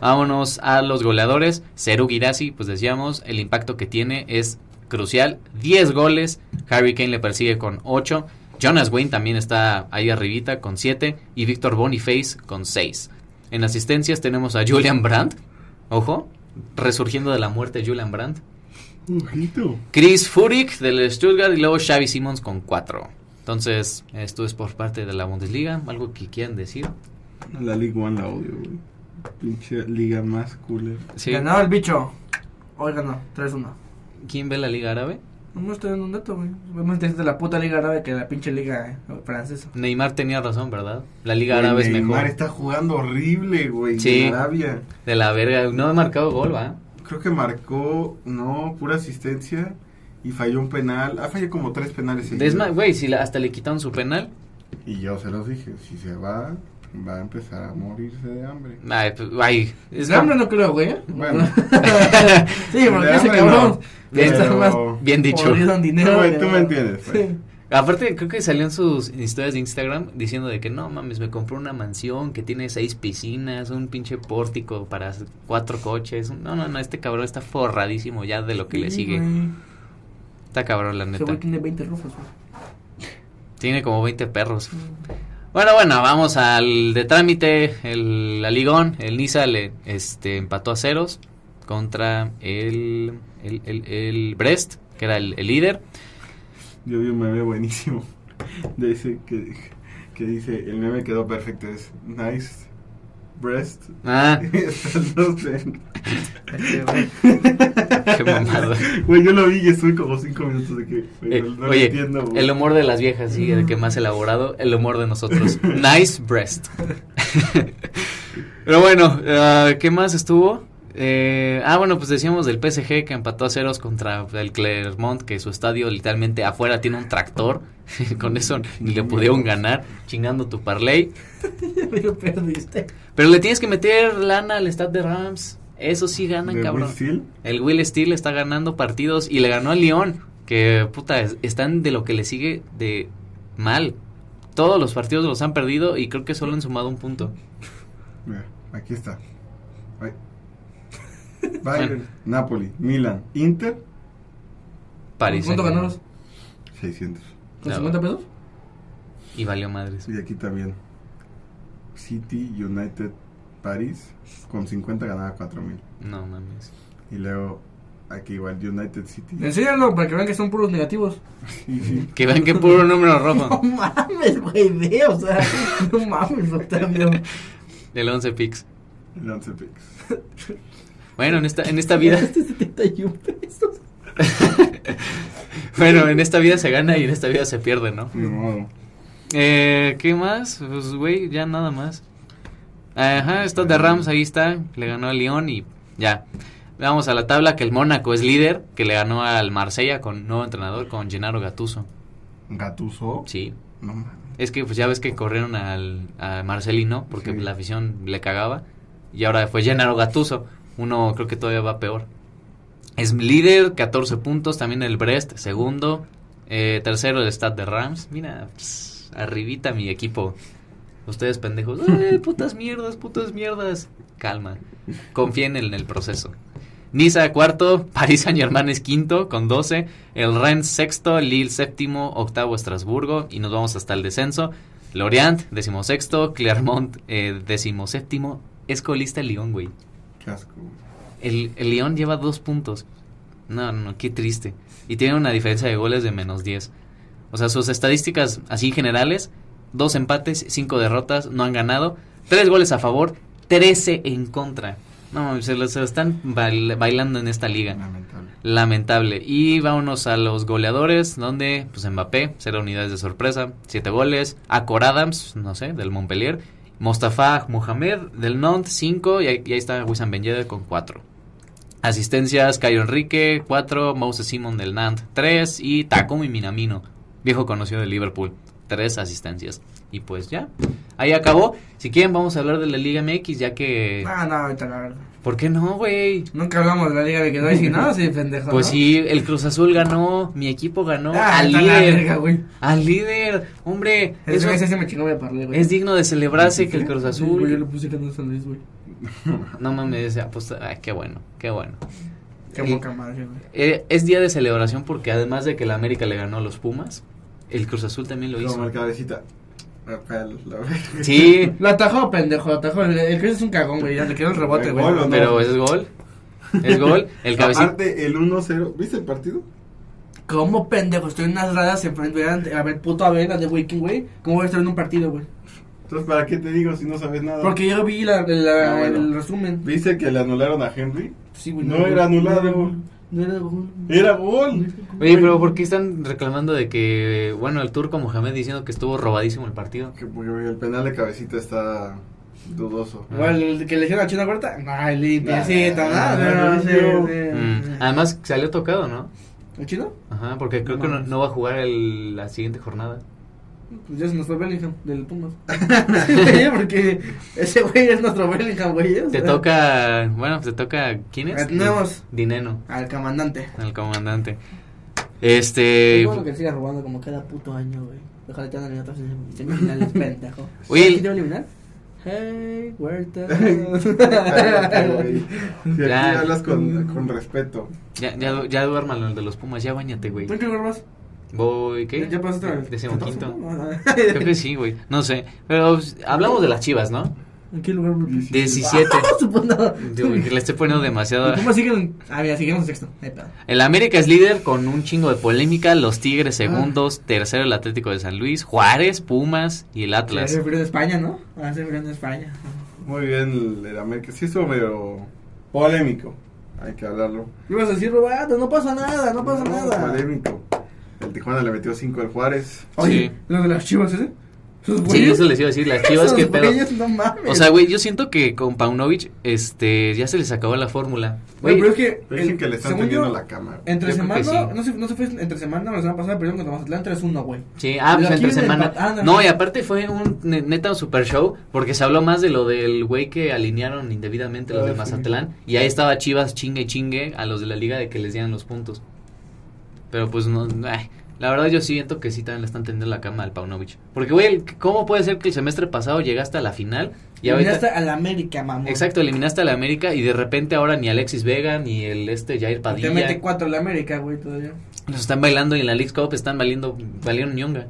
Vámonos a los goleadores. Serú Girassi, pues decíamos, el impacto que tiene es crucial. 10 goles. Harry Kane le persigue con 8. Jonas Wayne también está ahí arribita con 7. Y Víctor Boniface con 6. En asistencias tenemos a Julian Brandt. Ojo, resurgiendo de la muerte Julian Brandt. Ojito. Chris Furyk del Stuttgart y luego Xavi Simmons con 4. Entonces, esto es por parte de la Bundesliga. ¿Algo que quieran decir? La League One la odio, güey. Pinche liga más cooler. Sí. Ganado el bicho. Hoy ganó, 3-1. ¿Quién ve la Liga Árabe? No me estoy dando un dato, güey. Es más interesante la puta liga árabe que la pinche liga eh, francesa. Neymar tenía razón, ¿verdad? La Liga Güey, Árabe es Neymar mejor. está jugando horrible, güey. Sí. En Arabia. De la verga. No ha marcado gol, ¿va? Creo que marcó, no, pura asistencia y falló un penal. Ha fallado como tres penales. Es más, seguidos. güey, si la- hasta le quitaron su penal. Y yo se los dije, si se va, va a empezar a morirse de hambre. Ay, pues, ay, es Es hambre no creo, güey. ¿eh? Bueno. [laughs] [laughs] sí, De porque ese hambre cabrón. no, está pero- más bien dicho. podrido en dinero. Tú me- güey. tú me entiendes, pues. Sí. Aparte, creo que salió en sus historias de Instagram diciendo de que no mames, me compré una mansión que tiene seis piscinas, un pinche pórtico para cuatro coches. No, no, no, este cabrón está forradísimo ya de lo que le Sí, sigue. güey. Está cabrón, la Ese neta. güey tiene 20 rufos, güey. Tiene como 20 perros. [laughs] Bueno, bueno, vamos al de trámite, el la Ligón, el Niza le este, empató a ceros contra el, el, el- el Brest, que era el, el líder. Yo vi un meme buenísimo. [laughs] De ese que, que dice, el meme quedó perfecto, es nice breast. [laughs] Ah, Están los de- Este, güey. [laughs] qué mamada. Güey, yo lo vi y estuve como cinco minutos de que, güey, Eh, no, no lo oye, entiendo, güey. el humor de las viejas, sí, el que más elaborado, el humor de [laughs] nosotros. Nice breast. Pero bueno, ah, ¿qué más estuvo? Eh, ah, bueno, pues decíamos del PSG que empató a ceros contra el Clermont, que su estadio literalmente afuera tiene un tractor. [laughs] Con eso ni le pudieron ganar, chingando tu parlay. Pero perdiste. Pero le tienes que meter lana al Stade de Rams. Eso sí ganan, De cabrón. Will Steel. El Will Steel está ganando partidos y le ganó al León. Que puta, es- están de lo que le sigue de mal. Todos los partidos los han perdido y creo que solo han sumado un punto. Mira, aquí está. Ay. Bayern, Bueno. Napoli, Milan, Inter, París. ¿Cuánto ganó los? 600. ¿Con No. 50 pesos? Y valió madres. Y aquí también. City, United, París, con 50 ganaba 4000. No mames. Y luego aquí igual United City. Enséñalo para que vean que son [laughs] puros negativos. Sí, sí. Que vean que puro número rojo. No mames, güey, ve, o [laughs] sea, no mames, Octavio. Del 11 picks. El 11 picks. Bueno, en esta, en esta [laughs] vida. [laughs] Gastaste 71 pesos. Bueno, en esta vida se gana y en esta vida se pierde, ¿no? [laughs] Ni modo. Eh, ¿Qué más? Pues, güey, ya nada más. Ajá, está de Rams, ahí está. Le ganó al Lyon y ya. Vamos a la tabla que el Mónaco es líder, que le ganó al Marsella con nuevo entrenador, con Gennaro Gattuso. Gatuso. Sí. No mames. Es que pues ya ves que corrieron al a Marcelino porque Sí. la afición le cagaba y ahora fue Gennaro Gattuso. Uno creo que todavía va peor. Es líder, 14 puntos, también el Brest, segundo, eh, tercero el Stade de Rams. Mira, pss, arribita mi equipo. Ustedes pendejos, ¡ay, putas mierdas, putas mierdas! Calma, confíen en el proceso. Niza cuarto, París Saint Germain es quinto con 12, el Rennes sexto, Lille séptimo, octavo Estrasburgo y nos vamos hasta el descenso. Lorient decimosexto, Clermont eh, decimoséptimo, es colista el Lyon, güey. Qué asco. güey. El, el Lyon lleva dos puntos. No, no, qué triste. Y tiene una diferencia de goles de menos 10. O sea, sus estadísticas así generales, dos empates, cinco derrotas, no han ganado, tres goles a favor, 13 en contra. No, mames, se lo, se lo están bail- bailando en esta liga. Lamentable. Lamentable. Y vámonos a los goleadores, donde pues Mbappé, cero unidades de sorpresa, siete goles. Acor Adams, no sé, del Montpellier. Mostafa Mohamed, del Nantes, cinco. Y ahí, y ahí está Wissam Ben Yedder con cuatro. Asistencias, Caio Enrique, cuatro. Moses Simon del Nantes, tres. Y Takumi Minamino, viejo conocido de Liverpool, tres asistencias. Y pues ya, ahí acabó. Si quieren vamos a hablar de la Liga MX, ya que... Ah, no, ahorita la verdad. ¿Por qué no, güey? Nunca hablamos de la liga de que no hay sin nada, sí, pendejo. Pues ¿no? sí, el Cruz Azul ganó, mi equipo ganó Ah, al está la líder. verga, güey. Al líder, hombre, Eso eso ese sí me chingó, me parlé, güey. es digno de celebrarse que el Cruz Sí, güey, yo le Azul. puse ganando San Luis, güey. No mames, aposta- ay, ah, qué bueno, qué bueno. Qué Sí. poca madre, güey. Eh, es día de celebración porque además de que la América le ganó a los Pumas, el Cruz Azul también lo Como hizo. el cabecita. Acá el- la- [laughs] Sí, Lo atajó, pendejo, lo atajó. El, el Chris es un cagón, güey. Ya le quedó el rebote, El güey. gol, ¿o no? pero es gol. Es gol. El cabecito. Aparte, el 1-0. ¿Viste el partido? ¿Cómo pendejo? Estoy en unas gradas enfrente. vean, A ver, puto, a ver, la de Waking, güey. ¿Cómo voy a estar en un partido, güey? Entonces, ¿para qué te digo si no sabes nada? Porque yo vi la, la- Ah, bueno. el resumen. ¿Viste que le anularon a Henry? Sí, güey. No era anulado. Eh. No era gol. No era gol. ¡Era gol! Oye, pero ¿por qué están reclamando de que, bueno, el turco Mohamed diciendo que estuvo robadísimo el partido? Que porque el penal de cabecita está dudoso. Bueno, el que le hicieron a China Huerta. No, limpiecita, Nah, nada. nah, No, nah, sí, nah. sí. Mm, Además, salió tocado, ¿no? ¿El chino? Ajá, porque creo que no, no va a jugar el- la siguiente [laughs] jornada. Pues ya se nos fue Bellingham del [laughs] Pumas. Sí, güey, porque ese güey es nuestro Bellingham, güey. ¿eh? o Te sea. toca, bueno, pues, te toca, ¿quién es? Eh, Nuevos. Dineno, Al comandante. el comandante. Este, Es bueno que siga robando como cada puto año, güey. Ojalá te anden en otras sem- [laughs] semifinales, pendejo. Oye, ¿Quién el- te va a eliminar? Hey, [laughs] Huerta. Cállate, güey. Si aquí Ya. hablas con, con respeto. ya, ya, du- ya duérmalo, el de los Pumas, ya bañate, güey. ¿Tú en qué lugar vas? Voy, ¿qué? ¿Ya pasaste al Decimoquinto. [laughs] No, no, no. Creo que sí, güey, no sé, pero pues, hablamos de las chivas, ¿no? ¿En qué lugar? vas? [laughs] 17. Supongo. Digo, que le estoy poniendo demasiado... ¿Cómo siguen? Ah, mira, siguen en sexto. Ahí pedo. El América es líder con un chingo de polémica, los Tigres Ah. segundos, tercero el Atlético de San Luis, Juárez, Pumas y el Ya Atlas. Se refirió en España, ¿no? Ah, se refirió en España. Muy bien, el, el América. Sí, estuvo medio polémico. Hay que hablarlo. Ibas a decir, Robato, no pasa nada, no pasa nada. Polémico. El Tijuana le metió 5 al Juárez. Oye, Sí. ¿lo de las chivas ese? ¿Sus Sí, güeyes? eso les iba a decir, [laughs] las chivas, Esos qué pedo. güeyes, no mames. O sea, güey, yo siento que con Paunovic, este, ya se les acabó la fórmula. Güey, Güey, pero es que. Pero Dicen el- que le están según teniendo yo, la cama. güey. Entre Yo creo semana, que sí. no, se, no se fue entre semana, la semana pasada perdieron contra Mazatlán 3-1, güey. sí, ah, pues Aquí entre viene semana. empat- ah, no, No, no. y aparte fue un ne- neta un super show, porque se habló más de lo del güey que alinearon indebidamente los Ah, de sí. Mazatlán, y ahí estaba Chivas chingue chingue a los de la liga de que les dieran los puntos. Pero pues no, ay, la verdad yo siento que sí también le están tendiendo la cama al Paunovic. Porque, güey, el- ¿cómo puede ser que el semestre pasado llegaste a la final Y ahorita- Eliminaste al América, mamón. Exacto, eliminaste a la América y de repente ahora ni Alexis Vega ni el este Jair Y Te mete Padilla cuatro en la América, güey, todavía. los están bailando y en la League Cup están valiendo, valieron ñonga.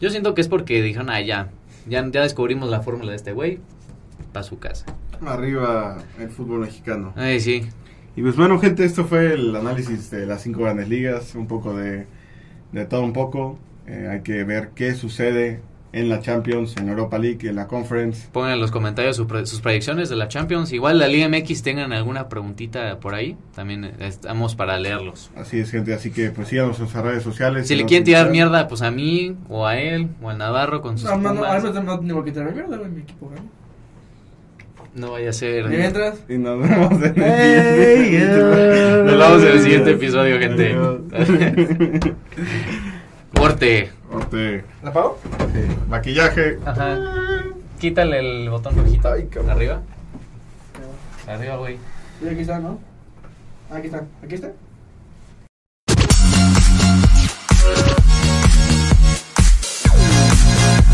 Yo siento que es porque dijeron, ah, ya, ya, ya descubrimos la fórmula de este güey, pa' su casa. Arriba el fútbol mexicano. Ay, sí, Y pues bueno, gente, esto fue el análisis de las cinco grandes ligas, un poco de, de todo un poco. Eh, hay que ver qué sucede en la Champions, en Europa League, en la Conference. pongan en los comentarios su pro- sus proyecciones de la Champions. Igual la Liga MX tengan alguna preguntita por ahí, también estamos para leerlos. Así es, gente, así que pues síganos en nuestras redes sociales. Si le Síganos quieren en tirar Twitter. mierda, pues a mí, o a él, o al Navarro con sus No, no, no, Pumas. ahora no tengo que tirar mierda, güey, mi equipo gana. No vaya a Y ser... entras, Y nos vemos en el Hey, siguiente- yeah. Nos vemos en el siguiente episodio, gente. [laughs] Adiós. Corte. Corte. ¿la pago? Maquillaje. Ajá. Quítale el botón rojito. Ay, cabrón. Arriba. Arriba, güey. Sí, aquí está, ¿no? Aquí está, aquí está.